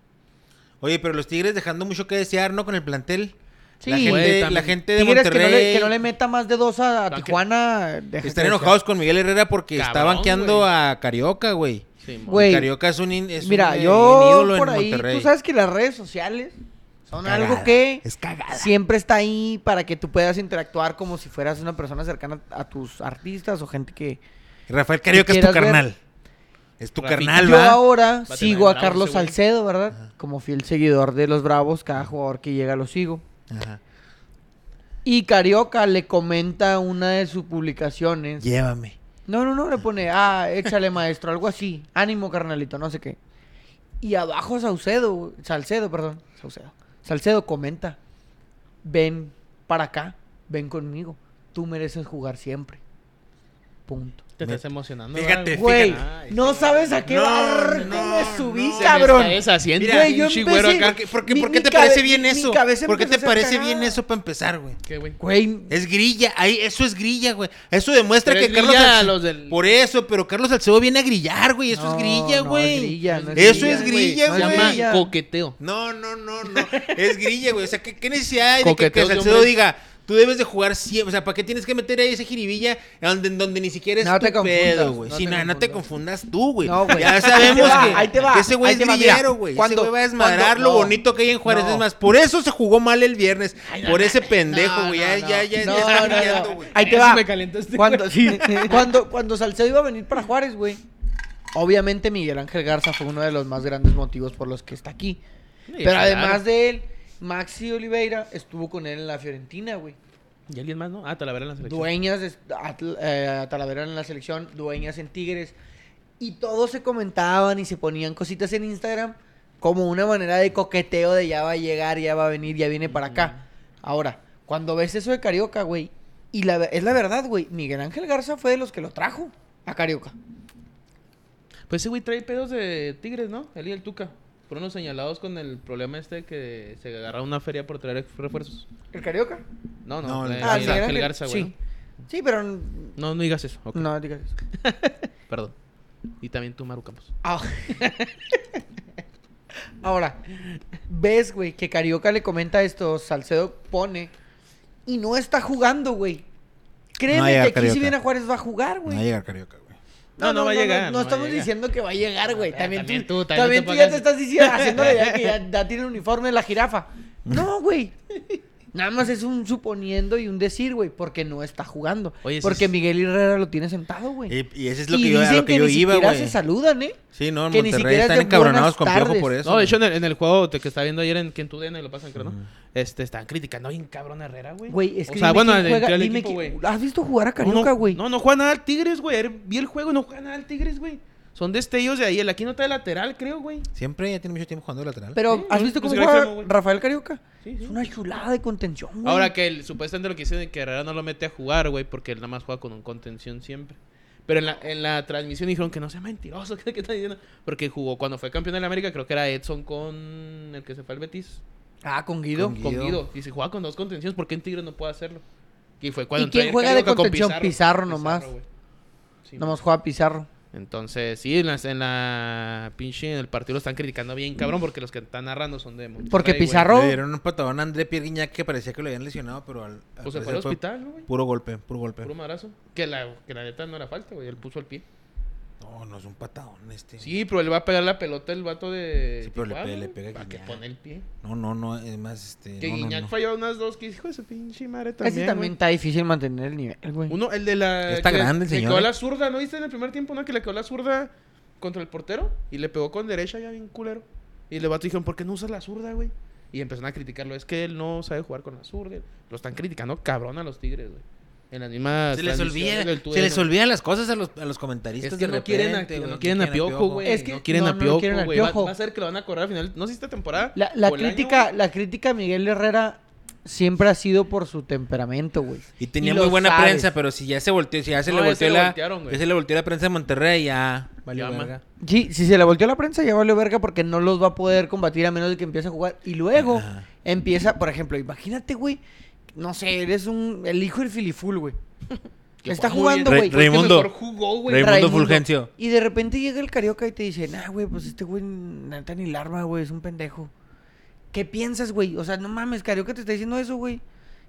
Oye, pero los Tigres dejando mucho que desear, ¿no? Con el plantel. Sí. La gente, Güey, la también. gente de Tigres que no, le, Monterrey que no le meta más de dos a, a No, que- Tijuana. deja están que- enojados con Miguel Herrera porque está Cabrón, banqueando güey. a Carioca, güey. Sí, mo- Güey, Carioca es un, in- es Mira, un, eh, un yo ídolo en por ahí, Monterrey. tú sabes que las redes sociales son Cagada. algo que Es cagada. siempre está ahí para que tú puedas interactuar como si fueras una persona cercana a tus artistas o gente que... Rafael Carioca es tu quieras ver. carnal. Es tu Rafita. carnal, Yo ¿va? ahora tener sigo a bravos Carlos ese güey. Salcedo, ¿verdad? Como fiel seguidor de los Bravos, cada jugador que llega lo sigo. Ajá. Y Carioca le comenta una de sus publicaciones. Llévame. No, no, no, le pone, ah, échale maestro, algo así. Ánimo, carnalito, no sé qué. Y abajo Saucedo, Salcedo, perdón, Saucedo. Salcedo comenta, ven para acá, ven conmigo, tú mereces jugar siempre. Punto. Te estás emocionando. Fíjate, ¿verdad, Güey, Ay, no sabes a qué ah, No, barco no, me subí, no, cabrón. Se me está deshaciendo, Mira, un yo chigüero empecé- acá. ¿Por qué, por qué- Mi- por qué mi te parece cabe- bien mi eso? cabeza ¿Por qué empezó te a ser parece cagada. bien eso para empezar, güey? ¿Qué, güey? Güey, Es grilla, ahí, eso es grilla, güey. Eso demuestra Pero que es Carlos grilla Salce- a los del- Por eso, pero Carlos Salcedo viene a grillar, güey. Eso es No, grilla, no, güey. es grilla, no Eso es grilla, Se güey. llama coqueteo. No, no, no, no. Es grilla, güey. O sea, ¿qué, qué necesidad hay de que, que Coqueteos de Salcedo hombres. diga, tú debes de jugar siempre? O sea, ¿para qué tienes que meter ahí ese jiribilla donde, donde ni siquiera es No tu te confundas, pedo, güey? no Sí, te no, no te confundas. confundas tú, güey. No, güey. Ya sabemos Ahí te va, que, ahí te va, que ese güey ahí es te va, mira. grillero, güey. Ese Cuando- güey va a desmadrar lo cuando- no, bonito que hay en Juárez. no. Es más, por eso se jugó mal el viernes. por ese pendejo, no, güey. no, ya, no. ya, ya, No, ya está no, no. brillando, güey. Ahí te Eso va. me Este calentaste, Cuando, sí, cuando, cuando Salcedo iba a venir para Juárez, güey. Obviamente Miguel Ángel Garza fue uno de los más grandes motivos por los que está aquí. Pero además de él, Maxi Oliveira estuvo con él en la Fiorentina, güey. ¿Y alguien más, no? Ah, Talavera en la selección. Dueñas de Atl- eh, Talavera en la selección, dueñas en Tigres. Y todos se comentaban y se ponían cositas en Instagram como una manera de coqueteo de ya va a llegar, ya va a venir, ya viene para acá. Ahora, cuando ves eso de Carioca, güey, y la, ve- es la verdad, güey, Miguel Ángel Garza fue de los que lo trajo a Carioca. Pues ese güey trae pedos de Tigres, ¿no? Él y el Tuca. Fueron los señalados con el problema este que se agarraba una feria por traer refuerzos. ¿El Carioca? Ah, No, no. No, el eh, Miguel Garza. Ángel Garza, güey. Sí. Sí, pero... n- No, no digas eso. Ok, No, digas eso. Perdón. Y también tú, Maru Campos. Ah. Ahora, ves, güey, que Carioca le comenta esto, Salcedo pone y no está jugando, güey. Créeme No va a que llegar aquí si Carioca. viene a Juárez va a jugar, güey. No va a llegar Carioca, güey. No, no va a llegar, no No, va a estamos llegar. diciendo que va a llegar, güey. Ah, También, también tú, tú, también también te tú ya pagas. te estás diciendo, haciendo de ya que ya, ya tiene el uniforme de la jirafa. No, güey. Nada más es un suponiendo y un decir, güey, porque no está jugando. Oye, sí porque es- Miguel Herrera lo tiene sentado, güey. Y, y ese es lo Y que yo, a dicen lo que, que yo ni iba, siquiera güey. se saludan, ¿eh? Sí, no, en que ni Monterrey siquiera es están de encabronados buenas con Piojo por tardes. eso. No, de güey. hecho, en el, en el juego te- que estaba viendo ayer en, que en tu DN lo pasan, creo, ¿no? Este, estaban criticando bien cabrón a Herrera, güey. Güey, es que O dime sea, bueno, quién dentro juega, del dime equipo, quién- güey. ¿Has visto jugar a No, Carioca, no, güey? No, no juega nada al Tigres, güey. Ayer Vi el juego, y no juega nada al Tigres, güey. Son destellos de ahí. El Aquino está de lateral, creo, güey. Siempre ya tiene mucho tiempo jugando de lateral. Pero, Sí, ¿has no- visto no cómo será juega extremo, güey. Rafael Carioca? Sí, sí. Es una chulada de contención, güey. Ahora que el, supuestamente lo que dicen es que Herrera no lo mete a jugar, güey, porque él nada más juega con un contención siempre. Pero en la, en la transmisión dijeron que no sea mentiroso, que que está diciendo? Porque jugó cuando fue campeón de la América, creo que era Edson con el que se fue al Betis. Ah, con Guido. Con Con Guido. Guido. Y se jugaba con dos contenciones, ¿por qué en Tigres no puede hacerlo? Y ¿Y fue cuando quién entró juega Erika de Carioca con contención? Pizarro nomás. güey. Sí, Nomás juega Pizarro. Entonces, sí, en las- en la, pinche, en el partido lo están criticando bien, cabrón, porque los que están narrando son de Monterrey, Porque güey. Pizarro- Le dieron un patadón a André Pierre Guignac que parecía que lo habían lesionado, pero al, al Pues se fue parecer al hospital, ¿no, güey? Puro golpe, puro golpe. Puro madrazo. Que la, que la neta no era falta, güey. Él puso el pie. No, no es un patadón este. Sí, pero él va a pegar la pelota el vato de. Sí, pero le Tijuana, pe- le güey, pega a Para que Guiñac. pone el pie. No, no, no, es más este. Que no, no, Guiñac no. falló unas dos que hijo de su pinche madre Casi también. también también está difícil mantener el nivel, güey. Uno, el de la. Está que le- grande el Le señor, quedó eh. la zurda, ¿no viste en el primer tiempo, no? Que le quedó la zurda contra el portero y le pegó con derecha ya bien culero. Y el vato dijeron, ¿por qué no usas la zurda, güey? Y empezaron a criticarlo. Es que él no sabe jugar con la zurda. Lo están criticando cabrón a los tigres, güey. En las mismas. Se les olvida, transmisiones del se Twitter, les ¿no? olvidan las cosas a los, a los comentaristas Es que de no quieren, a, repente, güey, no quieren a Piojo, güey. Es que no quieren no, a no lo quieren Piojo, a güey. Va, Piojo. va a ser que lo van a correr al final. No sé si esta temporada. La, la o el año, crítica, güey. la crítica a Miguel Herrera siempre ha sido por su temperamento, güey. Y tenía Y muy lo buena sabes. prensa, pero si ya se volteó, si ya se No, le ya se volteó le la. voltearon, güey. ya se le volteó la prensa de Monterrey, ya. Valió ama. verga. Sí, si se le volteó la prensa ya valió verga porque no los va a poder combatir a menos de que empiece a jugar. Y luego Ajá. empieza, por ejemplo, imagínate, güey, no sé, eres un, el hijo del filiful, güey. Que Está juega muy jugando, Re- güey. Fue el que Raimundo. mejor jugó, güey. Raimundo Fulgencio. Y de repente llega el carioca y te dice, nah, güey, pues este güey neta ni la arma, güey, es un pendejo. ¿Qué piensas, güey? O sea, no mames, carioca te está diciendo eso, güey.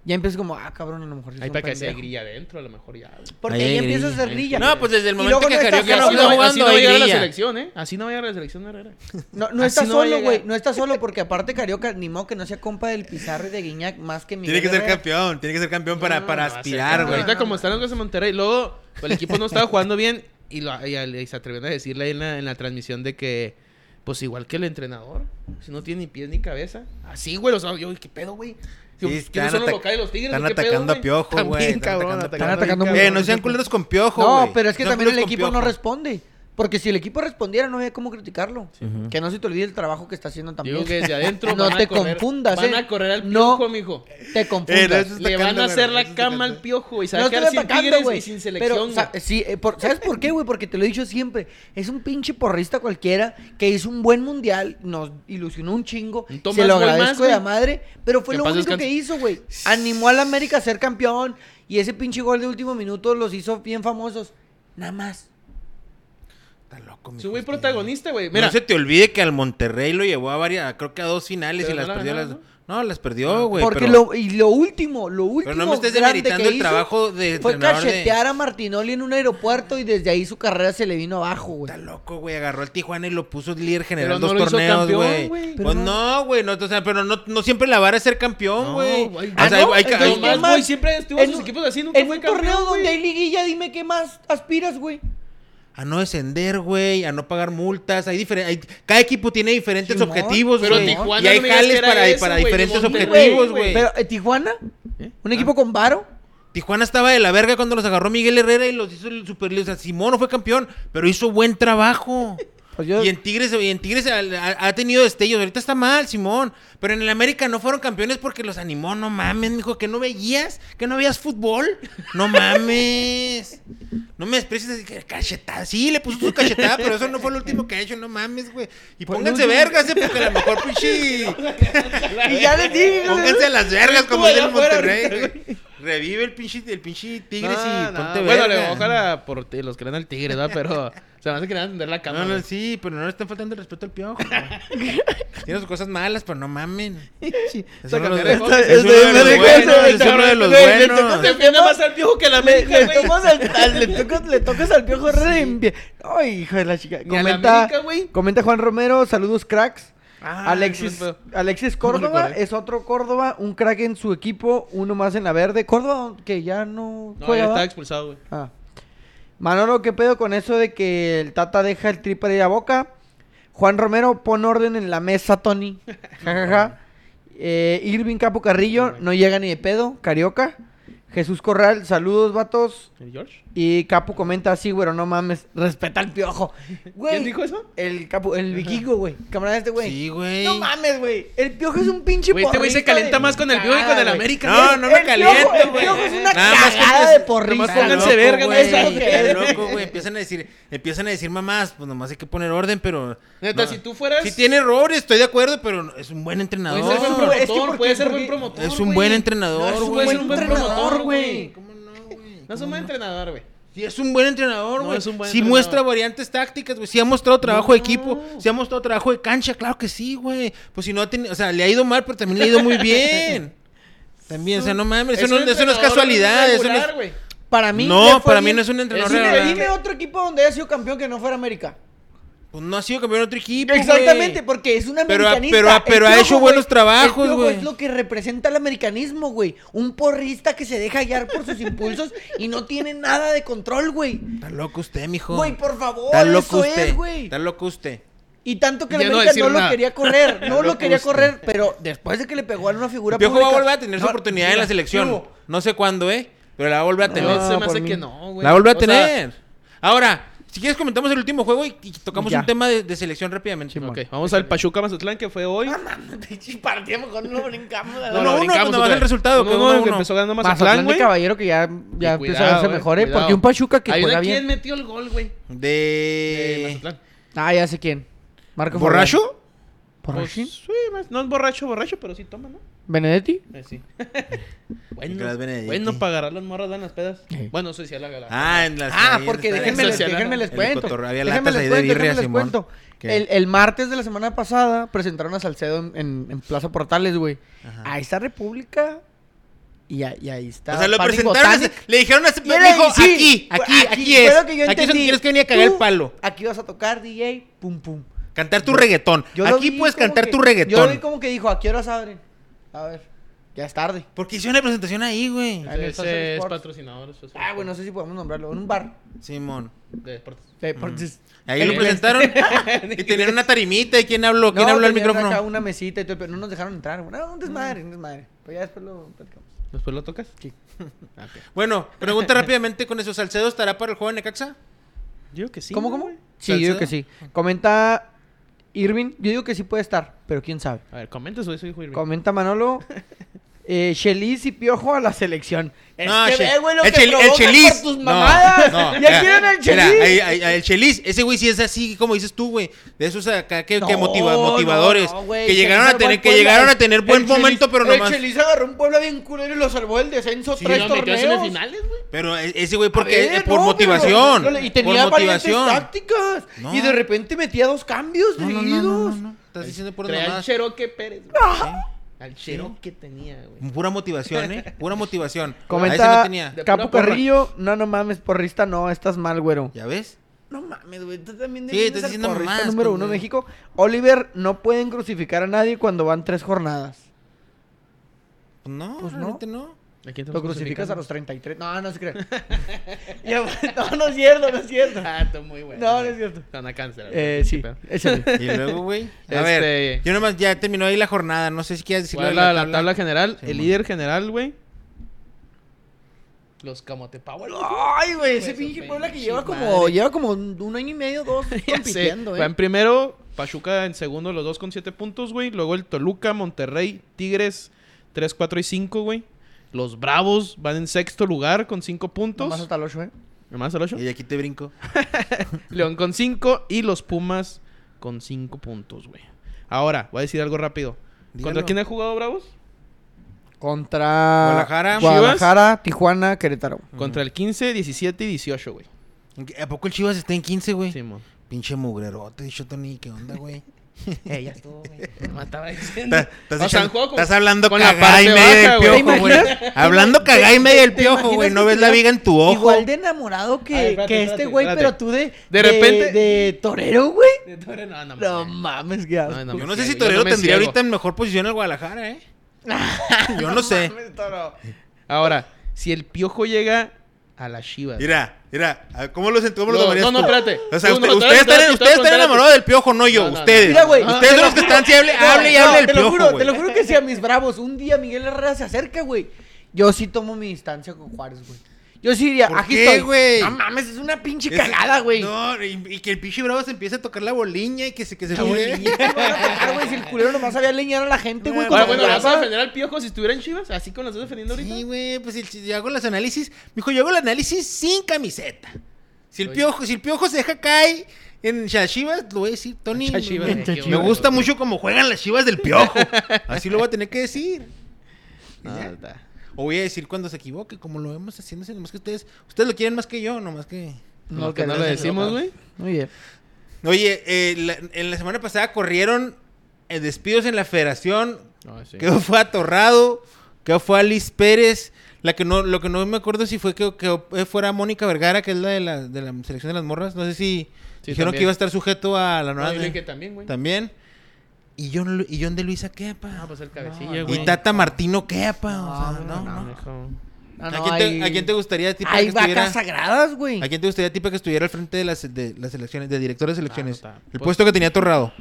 Ya empiezas como, ah, cabrón, a lo mejor sí es Ahí un para que se pendejo". grilla adentro, a lo mejor ya. güey. Porque Ahí ahí hay empiezas a grilla. hacer grilla. No, pues desde el Y momento luego que no estás Carioca Así no está solo, no, güey. así jugando, no va a hay llegar a la grilla. selección, ¿eh? Así no va a llegar a la selección Herrera. No, no Así está no va a solo, güey. llegar. No está solo porque aparte Carioca, ni modo que no sea compa del Pizarro y de Guiñac más que Miguel Tiene que ser Herrera. campeón, tiene que ser campeón para, para No va a ser aspirar, campeón. güey. Ahorita como están los cosas en Monterrey, luego pues, el equipo no estaba jugando bien y, lo- y al- y se atrevieron a decirle ahí en la, en la transmisión de que, pues igual que el entrenador, si no tiene ni pies ni cabeza. Así, güey, o sea, yo, ¿qué pedo, güey? Sí, ¿Quiénes están son los atac- locales, los tigres? están o qué pedo, atacando a güey? Piojo, güey, También, están cabrón, atacando a atacando, Piojo. Están bien, Eh, cabrón. no sean culeros con piojo, No, güey. pero es que Sean también el culeros con equipo no Piojo. responde. Porque si el equipo respondiera, no había cómo criticarlo. Ujú. Que no se te olvide el trabajo que está haciendo también. Digo que desde adentro No van a te correr- confundas, Van eh. a correr al No. piojo, mijo. Te Eh, no, confundas. eso está Le van a atacando, hacer güey, la eso está cama al atacando. piojo y se va No a estoy quedar sin atacando, tigres güey. y sin Pero, selección. sa- güey. sí, eh, por- ¿sabes por qué, güey? Porque te lo he dicho siempre. Es un pinche porrista cualquiera que hizo un buen mundial, nos ilusionó un chingo. Un Tomás se lo Boy más, agradezco de güey. la madre, pero fue Que lo en paz único que descanse. hizo, güey. Animó al América a ser campeón y ese pinche gol de último minuto los hizo bien famosos. Nada más. Está loco, mi Es un güey Justin. protagonista, güey. Mira, No se te olvide que al Monterrey lo llevó a varias, creo que a dos finales Pero y no Ah. las la perdió ganaron, las No, las perdió, güey. Porque pero- lo, y lo último, lo último. Pero no me estés grande demeritando que el hizo trabajo de Fue entrenador de- cachetear a Martinoli en un aeropuerto y desde ahí su carrera se le vino abajo, güey. Está loco, güey. Agarró al Tijuana y lo puso líder general Pero no dos lo hizo torneos, campeón, güey. güey. Pues Pero- no, güey. No, o sea, pero no, no siempre la vara es ser campeón, No, güey. güey. o Ah, sea, hay, ¿no? hay que- Entonces, hay- ¿qué más, más? güey, siempre estuvo En sus un- equipos así, nunca En fue un torneo campeón, güey. donde hay liguilla, dime qué más aspiras, güey. a no descender, güey. A no pagar multas. Hay difere- hay- Cada equipo tiene diferentes Simón, objetivos, pero güey. Tijuana Y hay no me digas jales que era para, eso, para güey, diferentes Simón, objetivos, güey. Ah. güey. Pero, ¿eh, ¿Tijuana? ¿Un equipo con varo? Tijuana estaba de la verga cuando los agarró Miguel Herrera y los hizo el super O sea, Simón no fue campeón, pero hizo buen trabajo. Pues yo- Y en Tigres, y en Tigres ha, ha- ha tenido destellos. Ahorita está mal, Simón. Pero en el América no fueron campeones porque los animó. No mames, mijo, que no veías, que no veías fútbol. No mames. No me desprecies así que cachetada. Sí, le puso su cachetada, pero eso no fue lo último que ha hecho. No mames, güey. Y Pues, pónganse no, no. vergas, eh, porque a lo mejor, pinche. Y ya les dije. Pónganse a las vergas, como Estuvo dice el allá afuera Monterrey. ahorita, güey. Revive el pinche, el pinche Tigres No, y no, ponte Bueno, verga. le- ojalá por ti- los que le dan al tigre, ¿verdad? Pero se me hace que le van a tender la cama. No, no, güey. sí, pero no le están faltando el respeto al piojo. güey. Tiene sus cosas malas, pero no mamen. Es uno de los- Esta- es uno de los buenos, es uno de los buenos. Te defiende más al piojo que a la América, Le, güey. tocas al, al- le, tocas, le tocas al piojo re en pie. Ay, hijo de la chica. a la Comenta, América, güey. comenta Juan Romero, saludos cracks. Ah, Alexis, no, Alexis Córdoba recordé. es otro Córdoba, un crack en su equipo, uno más en la verde. Córdoba que ya no No, ya juega. estaba ¿va? expulsado, güey. Ah. Manolo, ¿qué pedo con eso de que el Tata deja el triple de la boca? Juan Romero, pon orden en la mesa, Tony. Ja, ja, ja. Eh, Irving Capo Carrillo, no llega ni de pedo. Carioca. Jesús Corral, saludos, vatos. ¿El George? Y Capu comenta así, güero, no mames, respeta al piojo. Güey, ¿Quién dijo eso? El Capu, el vikingo, güey. Camarada de este, güey. Sí, güey. No mames, güey. El piojo es un pinche Güey, este güey se porrista calienta de más con el Piojo y con el cagada, güey. América. No, güey. no me El piojo- caliento, güey. El piojo es una Nada más cagada ponte- de porrista. nomás pónganse loco, vergas, güey. eso es lo que Está es. loco, güey. Empiezan a decir, empiezan a decir mamás, pues nomás hay que poner orden, pero. Neta, si tú fueras- Si tiene errores, estoy de acuerdo, pero es un buen Puede entrenador. ser buen güey, es que promotor, porque- puede ser buen porque- promotor. Es un güey. buen entrenador, No, es un güey. puede ser un buen Entrenador, promotor, güey. güey. ¿Cómo no, güey? No es un buen entrenador, güey. Sí, es un buen entrenador, No, güey. es un buen sí entrenador. muestra variantes tácticas, güey. Sí ha mostrado trabajo de equipo. No. Sí ha mostrado trabajo de cancha, claro que sí, güey. Pues si no ha tenido... O sea, le ha ido mal, pero también le ha ido muy bien. También, o sea, no mames. Eso, Es no, un eso no es entrenador casualidad. Eso no es... regular, güey. Para mí. No, le fue para bien. mí no es un entrenador Es un- regular. Dime otro equipo donde haya sido campeón que no fuera América. Pues no ha sido campeón de otro equipo, güey. Exactamente, porque es un Pero ha- americanista. pero ha- El pero ha hecho güey, buenos trabajos, el Piojo güey. Es lo que representa el americanismo, güey. Un porrista que se deja guiar por sus impulsos y no tiene nada de control, güey. Está loco usted, mijo. Güey, por favor, Está loco eso usted. es, güey. Está loco usted. Y tanto que el Ya no América decir no, lo nada. quería correr, no lo loco quería usted. correr, pero después de que le pegó a una figura Piojo va a pública- volver a tener su No, oportunidad en mira, la selección. Hugo, No sé cuándo, ¿eh? Pero la va a volver a tener. No, se me por hace mí. que no, güey. Ah, La volvió a O sea, tener. Ahora, si quieres comentamos el último juego y, y tocamos Ya. un tema de, de selección rápidamente. Simón. Ok, vamos al Pachuca Mazatlán que fue Ah, hoy. pinche partido, mejor no brincamos. No, no, brincamos pues, nomás otra el vez. resultado, que Uno, uno, uno, que uno. empezó ganando Mazatlán, Mazatlán de güey. caballero que ya, ya empieza a Cuidado, verse eh, mejor, ¿eh? cuidado. Porque un Pachuca que Hay juega una- bien. ¿Quién metió el gol, güey? De De... Mazatlán. Ah, ya sé quién. Marco ¿Borracho? Fabián. ¿Borracho? Pues, sí, más- no es borracho, borracho, pero sí toma, ¿no? ¿Benedetti? Eh, sí. Nicolás bueno, Benedetti. bueno, para agarrar las morras dan las pedas. Sí. Bueno, sí, sí, la la- Ah, en las... Ah, ahí porque está en déjenme el- les, social, déjenme les el cuento. cotorreo, había déjenme latas les ahí de cuento, birria, déjenme les Simón. cuento. ¿Qué? El, el martes de la semana pasada presentaron a Salcedo en, en- en Plaza Portales, güey. Ajá. Ahí está República y, a- y ahí está. O sea, lo Panic presentaron, Botanic. le dijeron a ese Y él ahí, dijo, sí, aquí, fue- aquí, aquí fue es. lo que Aquí yo es donde entendí. tienes que venir a cagar Tú, el palo. Aquí vas a tocar, DJ, pum, pum. Cantar tu reggaetón. Yo lo Aquí vi puedes como cantar que- tu Yo lo vi reggaetón. como que dijo, ¿a qué horas abren? A ver, ya es tarde. Porque hicieron la presentación ahí, güey. Ahí en el Social Ese es Sports. patrocinador. eso es Ah, güey, no sé si podemos nombrarlo. En un bar. Simón. De deportes. De deportes. Ahí lo Eh, presentaron y tenían una tarimita y quién habló, quién No, habló al tenían micrófono. acá una mesita y todo, pero no nos dejaron entrar. güey. No, un desmadre, un desmadre. Pero ya después lo platicamos. ¿Después lo tocas? Sí. Ok. Bueno, pregunta rápidamente con eso, ¿Salcedo estará para el juego de Necaxa? Yo digo que sí. ¿Cómo, cómo? güey. Sí, yo ¿Salcedo? digo que sí. Comenta Irving. Yo digo que sí puede estar, pero quién sabe. A ver, comenta eso, eso dijo Irving. Comenta Manolo. Eh, Chelis y Piojo a la selección. No, que Che- ve, güey, lo el que Chel- el provocas Chelis. por tus No, mamadas. no, ya mira, quieren el mira, Chelis. ahí- ahí- ahí el Chelis, ese güey sí es así como dices tú, güey. De esos acá que, que No, motiva- no, motivadores no, güey, que llegaron a salvó al tener que Puebla. llegaron a tener El buen Chelis- momento, pero nomás. El Chelis agarró un pueblo bien culero y lo salvó del descenso Sí, tres lo metió en torneos. semifinales, güey. Pero e- ese güey A porque ver, eh, por no, motivación, pero- y tenía por motivación. variantes tácticas. No. Y de repente metía dos cambios No, no, no, seguidos. no, no, no. Estás diciendo por ¿eh? Trae al nomás. Cheroque Pérez, güey. Al Cheroque tenía, güey. Pura motivación, eh. Pura motivación. A ese no Comenta tenía. De Capo pura porra. Carrillo, no, no mames, porrista, no, estás mal, güero. ¿Ya ves? No mames, güey, tú también Sí, defiendes estás al diciendo porrista mamadas, número uno de pendejo. México. Oliver, no pueden crucificar a nadie cuando van tres jornadas. Pues no, Pues no. realmente no. ¿A quién Lo crucificas a los tres. 33. No, no se cree. Ya, no, no es cierto, no es cierto. Ah, está muy bueno. No, no es cierto. Con la cáncer. Eh, güey. sí, pedo. échale. Y luego, güey. A Este- ver, yo nomás ya terminó ahí la jornada. No sé si quieres decirlo ¿Cuál de es la, la tabla general? Sí, el mon. líder general, güey. Los Camote Power. Ay, güey, ese Pues, pinche su Puebla que pinche lleva como, madre. lleva como un un año y medio, dos compitiendo, Va eh. en primero, Pachuca en segundo, los dos con siete puntos, güey. Luego el Toluca, Monterrey, Tigres, 3, 4 y 5, güey. Los Bravos van en sexto lugar con cinco puntos. Nomás hasta el ocho, eh. Nomás el ocho. Y aquí te brinco. León con 5 y los Pumas con 5 puntos, güey. Ahora, voy a decir algo rápido. ¿Contra Dígalo. quién ha jugado Bravos? Contra Guadalajara. Guadalajara, Tijuana, Querétaro. Contra el 15, 17 y 18, güey. ¿A poco el Chivas está en 15, güey? Simón. Pinche mugrerote, dicho Tony, ¿qué onda, güey? Eh, ya estuvo, güey. Me Ah, estaba diciendo. Estás O sea, echando- juego con- estás hablando con la cagá y parte media del baja, güey. piojo, güey. ¿Te imaginas? Hablando cagá y media del piojo, güey. imaginas No ves que la estuviera viga en tu ojo. Igual de enamorado que, A ver, espérate, que este espérate, güey, pero espérate. tú de... De repente- De torero, güey. No, no, No no. mames, qué asco. No, no, Yo me no sé si ciego, yo Torero no me tendría ciego. ahorita en mejor posición el Guadalajara, ¿eh? Yo no sé. mames, toro. Ahora, si el piojo llega a las Chivas. Mira, mira, a ver, ¿cómo lo, sent- cómo lo No, tomarías no, no, tú? espérate. O sea, No, usted- no, espérate, ustedes están, espérate, ustedes están espérate. enamorados del piojo, no yo, No, no, no. ustedes. Mira, güey, ustedes son los que están, si hable, hable y No, hable del te lo piojo, juro, güey. te lo juro que si a mis bravos un día Miguel Herrera se acerca, güey, yo sí tomo mi distancia con Juárez, güey. Yo sí diría, ¿Por aquí qué, estoy. güey? No mames, es una pinche Ese- cagada, güey. No, y, y que el pinche bravo se empiece a tocar la boliña y que se, que se fue. ¿Qué van a tocar, güey? Si el culero nomás sabía leñar a la gente, güey. Ah, con Ahora, la bueno, ¿le vas a brava. defender al piojo si estuviera en Chivas? ¿Así como lo estás defendiendo ahorita? Sí, güey, pues el- si yo hago los análisis. Mijo, yo hago el análisis sin camiseta. Si el Oye. piojo, si el piojo se deja caer en las Chivas, lo voy a decir, Tony. Muchas Chivas, me- güey, qué Me bueno. gusta mucho cómo juegan las Chivas del piojo. Así lo voy a tener que decir. Y Ah, ya. está. O voy a decir cuando se equivoque, como lo vemos haciendo, así, nomás que ustedes, ustedes lo quieren más que yo, nomás que. Lo que no lo querés decimos, enojar. güey. Muy bien. Oye, eh, la- en la semana pasada corrieron eh, despidos en la federación. No, sí. Creo que fue a Torrado, que fue a Liz Pérez. La que no, lo que no me acuerdo si fue que, que eh, fuera Mónica Vergara, que es la de la, de la selección de las morras. No sé si Sí, dijeron también. que iba a estar sujeto a la nueva. No, yo de- leí que también, güey. también. ¿Y John, Lu- y John de Luisa qué, pa? Ah, pues el No, cabecilla, güey. ¿Y Tata Martino qué, pa? O sea, No, no, no, no. Hijo. No, ¿A, no, quién te, hay- a quién te gustaría tipo, Hay que vacas estuviera- sagradas, güey. ¿A quién te gustaría tipo que estuviera al frente de las, de las selecciones, de director de selecciones? Ah, no está. el Pues- puesto que tenía Torrado.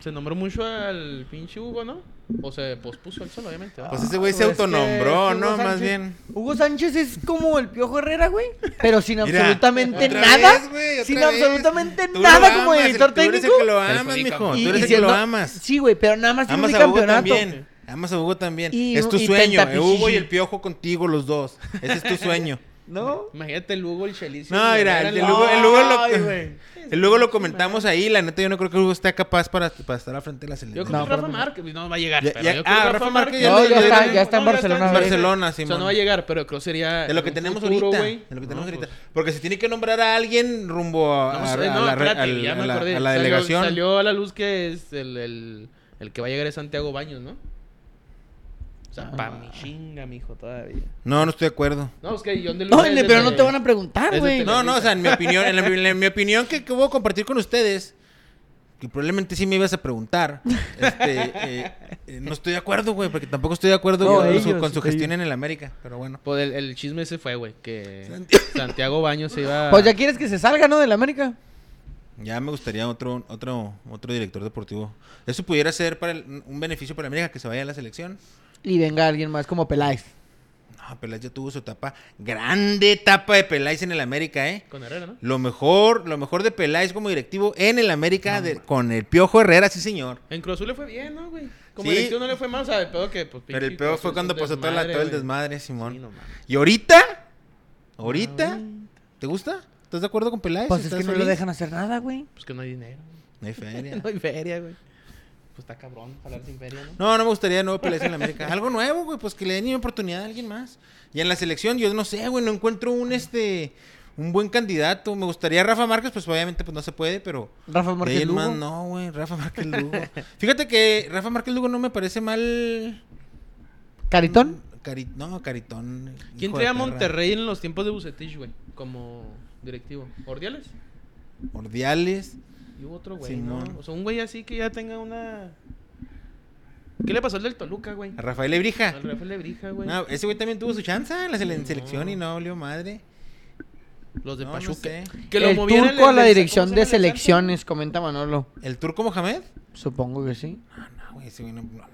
Se nombró mucho al pinche Hugo, ¿no? O se pospuso el sol, obviamente. ¿verdad? Pues ese güey se Pues es que autonombró, Hugo ¿no? Más Sánchez- bien. Hugo Sánchez es como el Piojo Herrera, güey. Pero sin Mira, absolutamente otra nada. vez, güey, otra sin vez. absolutamente Tú nada lo como amas, editor Tú eres el técnico. que lo amas, Perjudica. mijo. Tú Y- y eres el que siendo- lo amas. Sí, güey, pero nada más tiene un Amas a Hugo campeonato. también. Amas a Hugo también. Y- es tu y sueño. Tenta eh, Hugo y Pichichi. el piojo contigo, los dos. Ese es tu sueño. ¿No? Imagínate el Hugo, el Chelis. No, mira, el, de Lugo, el Lugo lo, el Lugo lo comentamos ahí. La neta, yo no creo que Hugo esté capaz para, para estar al frente de la Yo creo selección. que No, Rafa pero- Márquez no va a llegar. Ya- pero ya- yo creo ah, que Rafa Márquez ya No, lo- ya ya está, lo- ya está en no, ya Barcelona. está en güey. Barcelona, O Simón. sea, no va a llegar, pero creo sería. De lo que en un tenemos futuro, ahorita. güey. De lo que No, tenemos ahorita. pues, Porque se tiene que nombrar a alguien rumbo a, no, a- sé, a no, la, re- espérate, al- ya a me la- acordé. a la Salió- delegación. Salió a la luz que es el, el, el que va a llegar es Santiago Baños, ¿no? O Ah. sea, pa' mi chinga, mijo, todavía. No, no estoy de acuerdo. No, es que John de No, Luisa es pero de- no te van a preguntar, es de güey. Televisa. No, no, o sea, en mi opinión, en, la- en mi opinión que, que voy a compartir con ustedes, que probablemente sí me ibas a preguntar, este, eh, eh, no estoy de acuerdo, güey, porque tampoco estoy de acuerdo No, con, su, ellos, con su ellos. gestión en el América, pero bueno. Pues el, el chisme ese fue, güey, que Santiago Baños se iba. Pues ya quieres que se salga, ¿no? De la América. Ya me gustaría otro, otro, otro director deportivo. Eso pudiera ser para el- un beneficio para América que se vaya a la selección. Y venga alguien más como Peláez. No, Peláez ya tuvo su etapa, grande etapa de Peláez en el América, ¿eh? Con Herrera, ¿no? Lo mejor, lo mejor de Peláez como directivo en el América de- con el Piojo Herrera, sí señor. En Cruz Azul le fue bien, ¿no, güey? Como Sí. directivo no le fue mal, o sea, el pedo que. Pues, Pero el pinche peor Cruz fue Azul cuando es un pasó toda la- todo el güey. desmadre, Sí, Simón. no mames. Y ahorita, ahorita, ¿te gusta? ¿Estás de acuerdo con Peláez? Pues es ¿Estás que no lo feliz? dejan hacer nada, güey. Pues que no hay dinero. No hay feria. No hay feria, güey. Pues está cabrón hablar sin feria, ¿no? No, no me gustaría nuevo Peláez en la América. Algo nuevo, güey, pues que le den una oportunidad a alguien más. Y en la selección, yo no sé, güey, no encuentro un este un buen candidato. Me gustaría Rafa Márquez, pues obviamente pues no se puede, pero Rafa de ahí Márquez en Lugo. más no, güey, Rafa Márquez Lugo. Fíjate que Rafa Márquez Lugo no me parece mal ¿Caritón? Cari- no, Caritón. ¿Quién hijo de traía a perra. Monterrey en los tiempos de Bucetich, güey? Como directivo. ¿Ordiales? Ordiales. Y hubo otro güey, Simón. ¿no? O sea, un güey así que ya tenga una. ¿Qué le pasó al del Toluca, güey? A Rafael Ebrija. Al Rafael Lebrija, güey. No, ese güey también tuvo su chance en la sele- No. selección y no olió madre. Los de no, no Pachuca. sé. que lo el movieran turco a el- la el- dirección ¿cómo se de llama el Santos? selecciones, comenta Manolo. ¿El turco Mohamed? Supongo que sí. No, no, güey, ese güey no, no, no,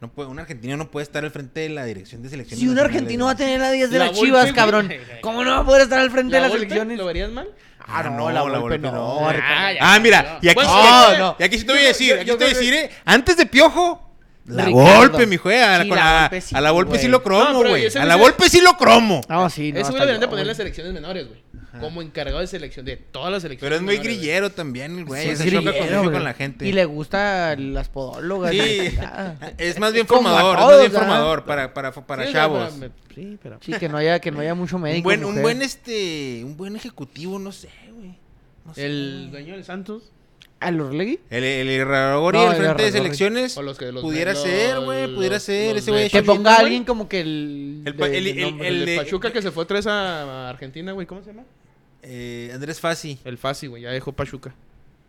no puede- un argentino no puede estar al frente de la dirección de selección. Si un argentino va a tener la 10 de La las Volpe, chivas, güey. cabrón. ¿Cómo no va a poder estar al frente de ¿La las Volpe? selecciones? ¿Lo verías mal? Ah, no, la Volpe no. Ricardo. Ah, ya. Ah, mira, y aquí, Bueno, sí- no, no. y aquí sí te voy a decir, Yo- yo- aquí yo te voy a creo decir, eh, antes de Piojo. La Ricardo. golpe, mi juez. A, la- Sí, con la la- Volpe sí, a la golpe sí lo güey. No, cromo, pero güey. ese a güey la se- golpe sí lo cromo. No, sí, no. Eso hasta lo deberían de yo, poner en las güey. selecciones menores, güey. Como encargado de selección de todas las selecciones. Pero es muy menores, güey. grillero también, el güey. Sí, es se choca grillero, con, güey. con la gente. Y le gusta las podólogas. la Sí, chingada. es más bien Como a formador, es todos, más bien ¿verdad? formador para, para, para Sí, o sea, chavos. me- Sí, pero. Sí, que no haya, que no haya mucho médico. Un buen, un mujer. buen este, un buen ejecutivo, no sé, güey. No sé, El güey. dueño del Santos. ¿Al Orlegui? el, el Irraragorri No, al el frente de Irraragorri. selecciones O los que los pudiera los- ser, güey, pudiera los- ser los ese güey. de- Que Chochito, ponga a güey. alguien como que el. El pa- el- el- nombre. El, de de- Pachuca que se fue tres a Argentina, güey. ¿Cómo se llama? Eh, Andrés Fassi, El Fasi, güey. Ya dejó Pachuca.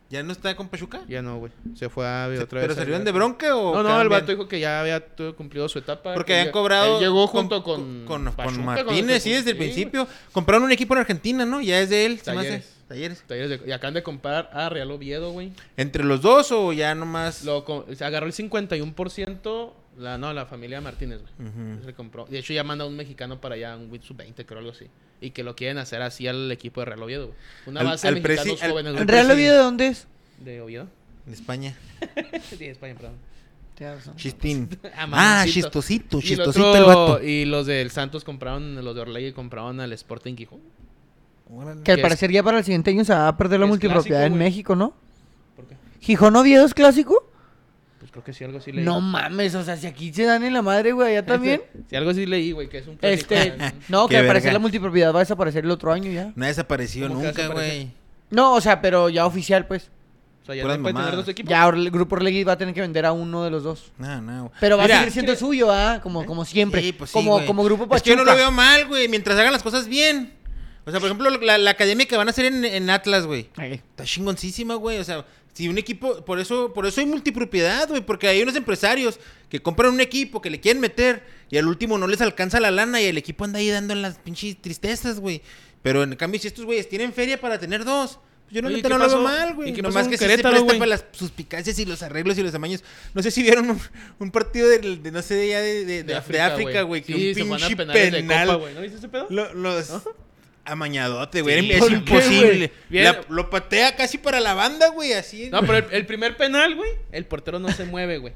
¿ya no está con Pachuca? Ya no, güey. Se fue a Se- otra vez. ¿Pero a- salieron de bronca o No, no, el cambian? vato dijo que ya había tu- cumplido su etapa. Porque que habían ya- cobrado. Él llegó junto con. Con, con Pachuca, con Martínez, sí, desde el güey. principio. Compraron un equipo en Argentina, ¿no? Ya es de él. se me hace. Talleres. Talleres. Talleres de- Y acaban de comprar a Real Oviedo, güey. ¿Entre los dos o ya nomás? Lo co- o sea, agarró el 51% La, no, la familia Martínez, güey. Ujú. Se compró. De hecho, ya manda un mexicano para allá, un Witsu 20, creo, algo así. Y que lo quieren hacer así al equipo de Real Oviedo, güey. Una Al- base al de mexicanos presi- al- jóvenes, güey. al ¿Real Oviedo de dónde es? ¿De Oviedo? En España. sí, España, perdón. Tienes razón. Chistín. Ah, ah, mamacito. chistosito, Y el chistosito el, otro- vato. Y los del Santos compraron, los de Orlegui compraron al Sporting Gijón. Órale. Que al es- parecer ya para el siguiente año se va a perder la es multipropiedad clásico, en güey. México, ¿no? ¿Por qué? ¿Gijón Oviedo es clásico? Pues creo que sí, algo sí leí. No mames, o sea, si aquí se dan en la madre, güey, allá también. Sí, algo sí leí, güey, que es un clásico. Este, ¿no? no, que Qué al parecer verga. Mm. la multipropiedad va a desaparecer el otro año ya. No ha desaparecido ¿Cómo que nunca, desaparece? güey. No, o sea, pero ya oficial, pues. O sea, ya Puras no puede tener mamadas. dos equipos. Ya Orle- el grupo Orlegui va a tener que vender a uno de los dos. No, no. Pero va Mira, a seguir siendo suyo, ¿ah? Como, como siempre. Sí, pues sí, como, güey. como grupo Pachuca. Es que yo no lo veo mal, güey, mientras hagan las cosas bien. O sea, por ejemplo, la, la academia que van a hacer en, en Atlas, güey. Ey. Está chingoncísima, güey. O sea, si un equipo, por eso, por eso hay multipropiedad, güey, porque hay unos empresarios que compran un equipo que le quieren meter y al último no les alcanza la lana y el equipo anda ahí dando en las pinches tristezas, güey. Pero en cambio, si estos güeyes tienen feria para tener dos, pues yo no, Oye, neta ¿qué no lo veo pasó? mal, ¿Y güey. qué pasó Nomás con que sí se Querétaro, presta güey? para las suspicacias y los arreglos y los amaños. No sé si vieron un, un partido del- de, no sé, de, ya de, de- de- de África, güey. que Sí, un se van a pinche penales de penal. copa, güey. ¿No viste ese pedo? Lo- los amañadote, güey. Sí, era es ¿por qué, imposible. güey? Bien. La- lo patea casi para la banda, güey, así. No, pero el, el primer penal, güey, el portero no se mueve, güey.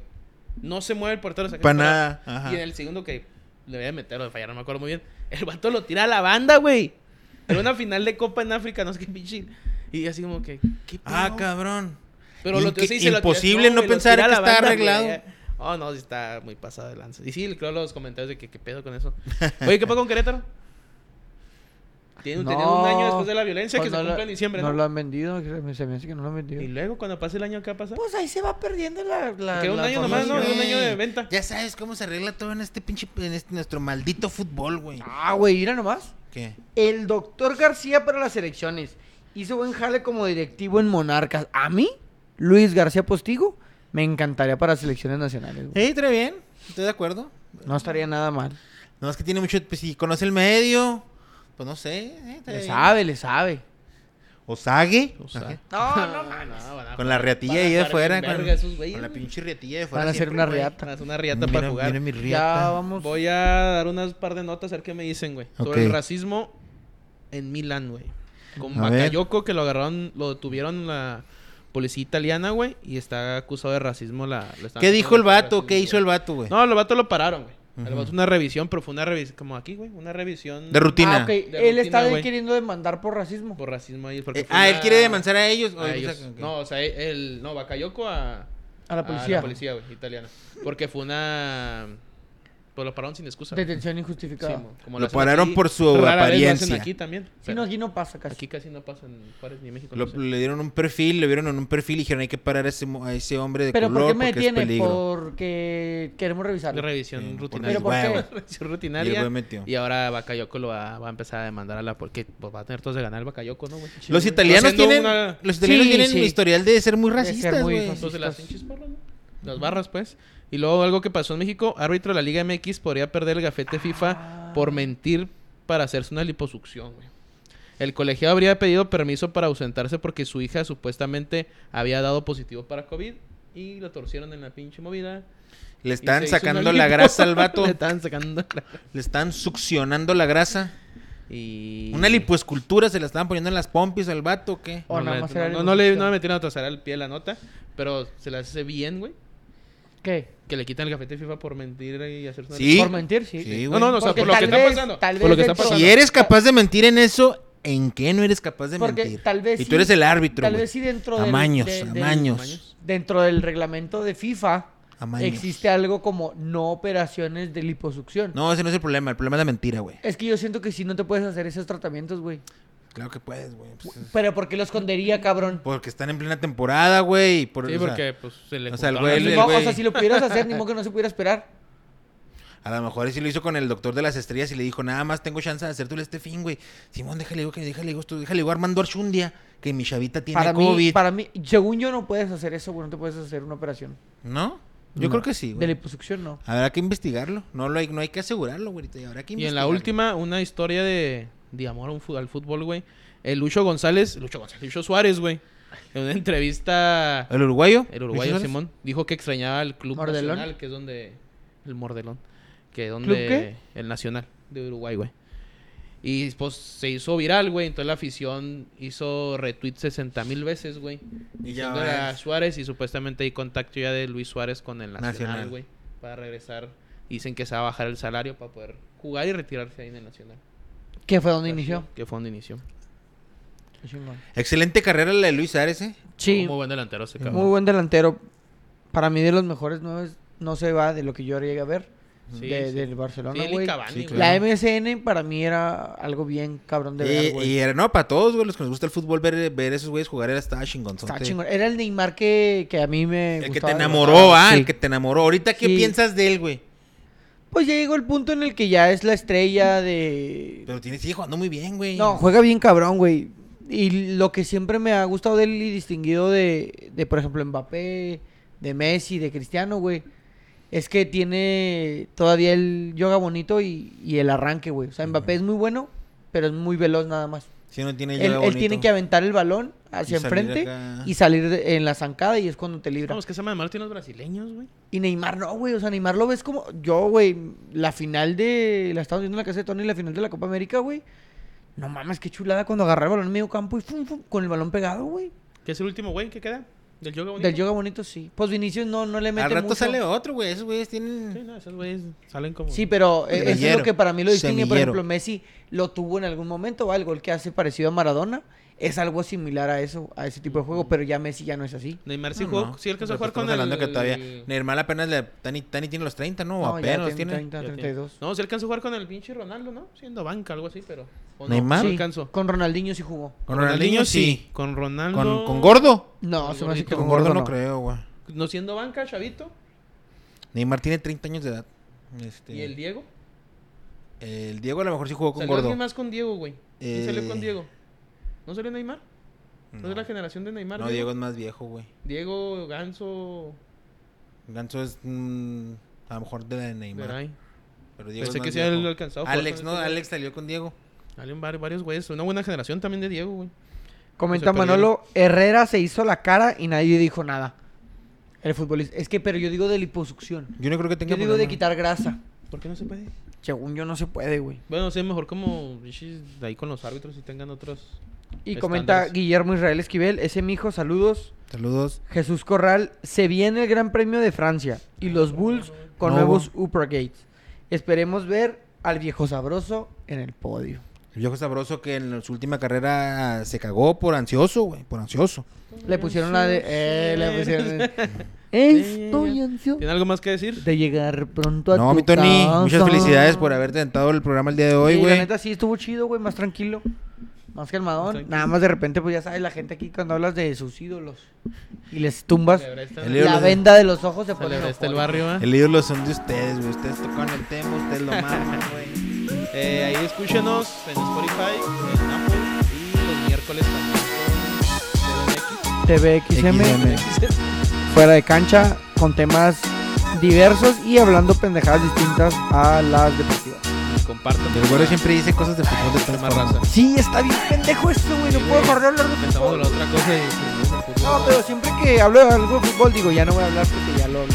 No se mueve el portero. o sea, que Pa' es nada, parado. ajá. Y en el segundo que le voy a meter o de fallar, no me acuerdo muy bien. El vato lo tira a la banda, güey. Era una final de Copa en África, no sé qué pinche. Y así como que, ¿qué pedo? Ah, cabrón. Pero lo Inque- que sí se lo imposible no güey, lo pensar tira a que la está güey. arreglado. Oh, no, sí está muy pasado de lanza. Y sí, creo los comentarios de que qué pedo con eso. Oye, ¿qué pasó con Querétaro? Tiene, tenían un año después de la violencia Pues que no se lo- cumple en diciembre, No, ¿no? lo han vendido, se me- se me hace que no lo han vendido. Y luego, cuando pase el año, ¿qué va a pasar? Pues ahí se va perdiendo la... la Queda un la año nomás, familia. ¿no? Es un año de venta. Ya sabes cómo se arregla todo en este pinche en este- nuestro maldito fútbol, güey. Ah, güey, mira nomás. ¿Qué? El doctor García para las elecciones. Hizo buen jale como directivo en Monarcas. A mí, Luis García Postigo, me encantaría para selecciones nacionales. güey. Sí, trae bien. Estoy de acuerdo. No estaría nada mal. No es que tiene mucho pues si conoce el medio, pues no sé, eh, trae Le bien. sabe, le sabe. O Sague. sea, ajá, No, no no, van a- pues Con la riatilla van a ahí de estar afuera, sin con, verga esos güeyes, con la güey. pinche riatilla de fuera. Van a hacer siempre, una güey. riata. Es una riata para Mira- jugar. Mira mi riata. Ya vamos. Voy a dar unas par de notas a ver qué me dicen, güey. Sobre el Ok. racismo en Milán, güey. Con A ver. Bakayoko, que lo agarraron, lo detuvieron la policía italiana, güey. Y está acusado de racismo. La, lo están ¿Qué dijo el acusando de vato? ¿Qué racismo, hizo el vato, güey? güey. No, el vato lo pararon, güey. El Ujú. vato una revisión, pero fue una revisión, como aquí, güey. Una revisión. De rutina. Ah, ok. Él De está rutina, güey. queriendo demandar por racismo. Por racismo ahí. porque Eh, fue ah, él una- quiere demandar a ellos. pues, o a él ellos. saca- ok. No, o sea, él. No, Bakayoko a. A la policía. A la policía, güey, italiana. Porque fue una. Pues lo pararon sin excusa. Detención Sí, injustificada. mo- como Lo hacen pararon por su rara vez lo apariencia. hacen aquí también. Si pero no, aquí no pasa casi. aquí casi no pasa en Juárez ni México. Lo- no sé. le dieron un perfil, le vieron en un perfil y dijeron hay que parar a ese, mo- a ese hombre de ¿Pero color por qué me porque es detiene? peligro. Porque queremos revisarlo. Revisión Sí, rutinaria. ¿Pero por qué? Huevo. Revisión Y el rutinaria. güey metió. Y ahora Bakayoko lo va, va a empezar a demandar a la. Porque pues, va a tener todos de ganar el Bakayoko, ¿no, güey? Los italianos Haciendo tienen, una- los italianos Sí, tienen sí. un historial de ser muy De ser racistas, muy güey. racistas. Los de las pinches porras, ¿no? Las barras, pues. Y luego algo que pasó en México: árbitro de la Liga MX podría perder el gafete Ah. FIFA por mentir para hacerse una liposucción, güey. El colegiado habría pedido permiso para ausentarse porque su hija supuestamente había dado positivo para COVID y lo torcieron en la pinche movida. Le y están se hizo sacando una la lipo. grasa al vato, Le estaban sacando la le están succionando la grasa. Y... Una lipoescultura se la estaban poniendo en las pompis al vato, ¿o ¿qué? O No, nada la- más no, era no, no le no liposucción. me metieron a trazar al pie la nota, pero se la hace bien, güey. ¿Qué? Que le quitan el gafete FIFA por mentir y hacerse una Sí. Por mentir, sí. Sí, No, no, no, o sea, Porque por lo que tal está vez- pasando. tal Por lo que vez está dentro- pasando. Si eres capaz de mentir en eso, ¿en qué no eres capaz de Porque mentir? tal vez y tú sí- eres el árbitro, Tal güey. vez sí dentro del- Amaños, de- del- amaños. Dentro del reglamento de FIFA Amaños. existe algo como no operaciones de liposucción. No, ese no es el problema, el problema es la mentira, güey. Es que yo siento que si no te puedes hacer esos tratamientos, güey. Claro que puedes, güey. pues, es- Pero ¿por qué lo escondería, cabrón? porque están en plena temporada, güey. y por- Sí, o sea, porque pues se le o sea, el juntaron güey- las- Ni el modo, o güey. sea, si lo pudieras hacer, ni modo que no se pudiera esperar. A lo mejor sí lo hizo con el doctor de las estrellas y le dijo, nada más tengo chance de hacer tú este fin, güey. Simón, déjale, digo, que déjale, digo, esto, déjale, digo, a Armando Archundia, que mi chavita tiene Para COVID. mí, para mí, según yo no puedes hacer eso, güey. No te puedes hacer una operación. ¿No? Yo No. creo que sí, De güey. liposucción, no. Habrá que investigarlo. No, lo hay, no hay que asegurarlo, güey. ahorita, Habrá que Y en la investigarlo. última, una historia de, de amor a un fu- al fútbol, güey. El Lucho González, Lucho González, Lucho Suárez, güey. En una entrevista, ¿El uruguayo? el uruguayo ¿Luis Suárez? Simón dijo que extrañaba el club Mordelón. nacional, que es donde el Mordelón, que donde ¿Club qué? el Nacional de Uruguay, güey. Y pues se hizo viral, güey, entonces la afición hizo retweet 60 mil veces, güey. Y ya Diciéndole a ves. Suárez y supuestamente hay contacto ya de Luis Suárez con el Nacional, Nacional. güey, para regresar. Dicen que se va a bajar el salario para poder jugar y retirarse ahí en el Nacional. ¿Qué fue donde inició? Que fue donde inició. Qué Pues chingón. Excelente carrera la de Luis Ares, ¿eh? Sí, Muy buen delantero se muy buen delantero. Para mí de los mejores nueve no se va de lo que yo llegué a ver Sí, de- sí. del Barcelona, Sí, güey. Cavani, Sí, güey. claro. La MSN para mí era algo bien cabrón de ver, Y, güey. Eh, y era, no, para todos, güey, los que nos gusta el fútbol, ver, ver esos güeyes jugar era hasta chingón. Está chingón. Era el Neymar que, que a mí me El que gustaba te demasiado. enamoró, ah, Sí. el que te enamoró. Ahorita, ¿qué Sí. piensas de él, güey? Pues ya llegó el punto en el que ya es la estrella de... Pero tiene, sigue jugando muy bien, güey. No, juega bien cabrón, güey. Y lo que siempre me ha gustado de él y distinguido de, de, por ejemplo, Mbappé, de Messi, de Cristiano, güey, es que tiene todavía el yoga bonito y, y el arranque, güey. O sea, Mbappé es muy bueno, pero es muy veloz nada más. Si no tiene Él, el yoga él bonito. tiene que aventar el balón hacia Y salir enfrente acá. y salir de- en la zancada y es cuando te libra. Vamos, que se llama de tiene los brasileños, güey. Y Neymar no, güey. O sea, Neymar lo ves como. Yo, güey, la final de. La estamos viendo en la casa de Tony, la final de la Copa América, güey. No mames, qué chulada cuando agarré el balón en medio campo y fum, fum, con el balón pegado, güey. ¿Qué es el último, güey, que queda? ¿Del yoga bonito? Del yoga bonito, sí. Pues Vinicius no, no le mete. Al rato mucho. sale otro, güey. Esos güeyes tienen. Sí, no, esos güeyes salen como... Sí, pero eh, eso es lo Semillero. que para mí lo distingue. Por Semillero. ejemplo, Messi lo tuvo en algún momento, ¿va? El gol que hace parecido a Maradona es algo similar a eso, a ese tipo de juego, pero ya Messi ya no es así. Neymar sí No, jugó, no. sí alcanzó a Pero jugar con estamos el... hablando que todavía. Neymar apenas le. Tani, Tani tiene los 30, ¿no? O No, ya apenas tiene tiene. 30, Ya tiene. 32. No, sí alcanzó a jugar con el pinche Ronaldo, ¿no? Siendo banca, algo así, pero... ¿o no? ¿Neymar? Sí, Sí, alcanzó. con Ronaldinho sí jugó. Con Ronaldinho sí. Con Ronaldo... Con, con Gordo. No, Con se me hace que Gordito. Con Gordo no creo, güey. No siendo banca, Chavito. Neymar tiene 30 años de edad. Este, ¿Y el Diego? el Diego a lo mejor sí jugó con ¿Salió Gordo. alguien más con Diego, güey? ¿Quién Eh. salió con Diego? ¿No salió Neymar? ¿No, es de la generación de Neymar? No, Diego es más viejo, güey. Diego, Ganso... Ganso es mm, a lo mejor de la de Neymar. Garay. Pero Diego Pensé es que más sí había viejo. alcanzado a jugar Alex, con no, ese güey. Alex salió con Diego. Salen vari- varios güeyes. Una buena generación también de Diego, güey. Comenta Se perdieron. Manolo, Herrera se hizo la cara y nadie dijo nada. El futbolista. Es que, pero yo digo de liposucción. Yo no creo que tenga Yo digo de problema. quitar grasa. ¿Por qué no se puede? Según yo no se puede, güey. Bueno, sí, mejor como bichis, de ahí con los árbitros y tengan otros. Y comenta Estándares. Guillermo Israel Esquivel, ese mijo, saludos. Saludos. Jesús Corral, se viene el Gran Premio de Francia y los Bulls con No, nuevos Upper Gates. Esperemos ver al viejo sabroso en el podio. El viejo sabroso que en su última carrera se cagó por ansioso, güey. Por ansioso. Le pusieron la de... eh, le pusieron... Estoy ansioso ¿Tiene algo más que decir? de llegar pronto a No, tu mi Tony, muchas casa. felicidades por haber tentado el programa el día de hoy, Sí, güey. La neta sí estuvo chido, güey, más tranquilo. Más Más calmadón. tranquilo. Nada más de repente, pues ya sabes, la gente aquí cuando hablas de sus ídolos y les tumbas Celebra esta- El la ídolo- venda de los ojos se pone. celebra esta el enojona. barrio, ¿eh? El ídolo son de ustedes, güey. Ustedes tocan el tema, ustedes lo maman, güey. Eh, Ahí escúchenos en Spotify, en Apple y los miércoles también. TVXM, XM. fuera de cancha, con temas diversos y hablando pendejadas distintas a las deportivas. Compartan. El güero siempre dice cosas de fútbol de todas más raza. formas. Sí, está bien pendejo esto, güey. No Sí, puedo güey. correr hablar de Pensamos fútbol. en la otra cosa y. pues, No, pero siempre que hablo de algo de fútbol, digo, ya no voy a hablar porque ya lo hablo.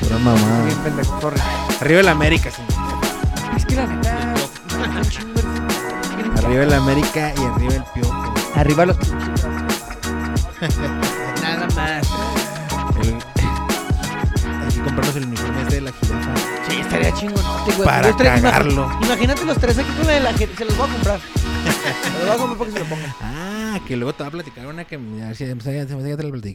Pura mamada. Bien pendejo, corre. Arriba el América, señor. Es que la neta. Arriba el América y arriba el piojo. Arriba los Nada más. El- Hay que comprarnos el uniforme este de la jirafa. Sí, estaría chingón. güey. Para Los tres, imagi- cagarlo. Imagínate los tres aquí con la de la gente. Se los voy a comprar. Se los voy a comprar para que se lo pongan. Ah, que luego te va a platicar una que a ver si se me hace- se me hace que te la platiqué.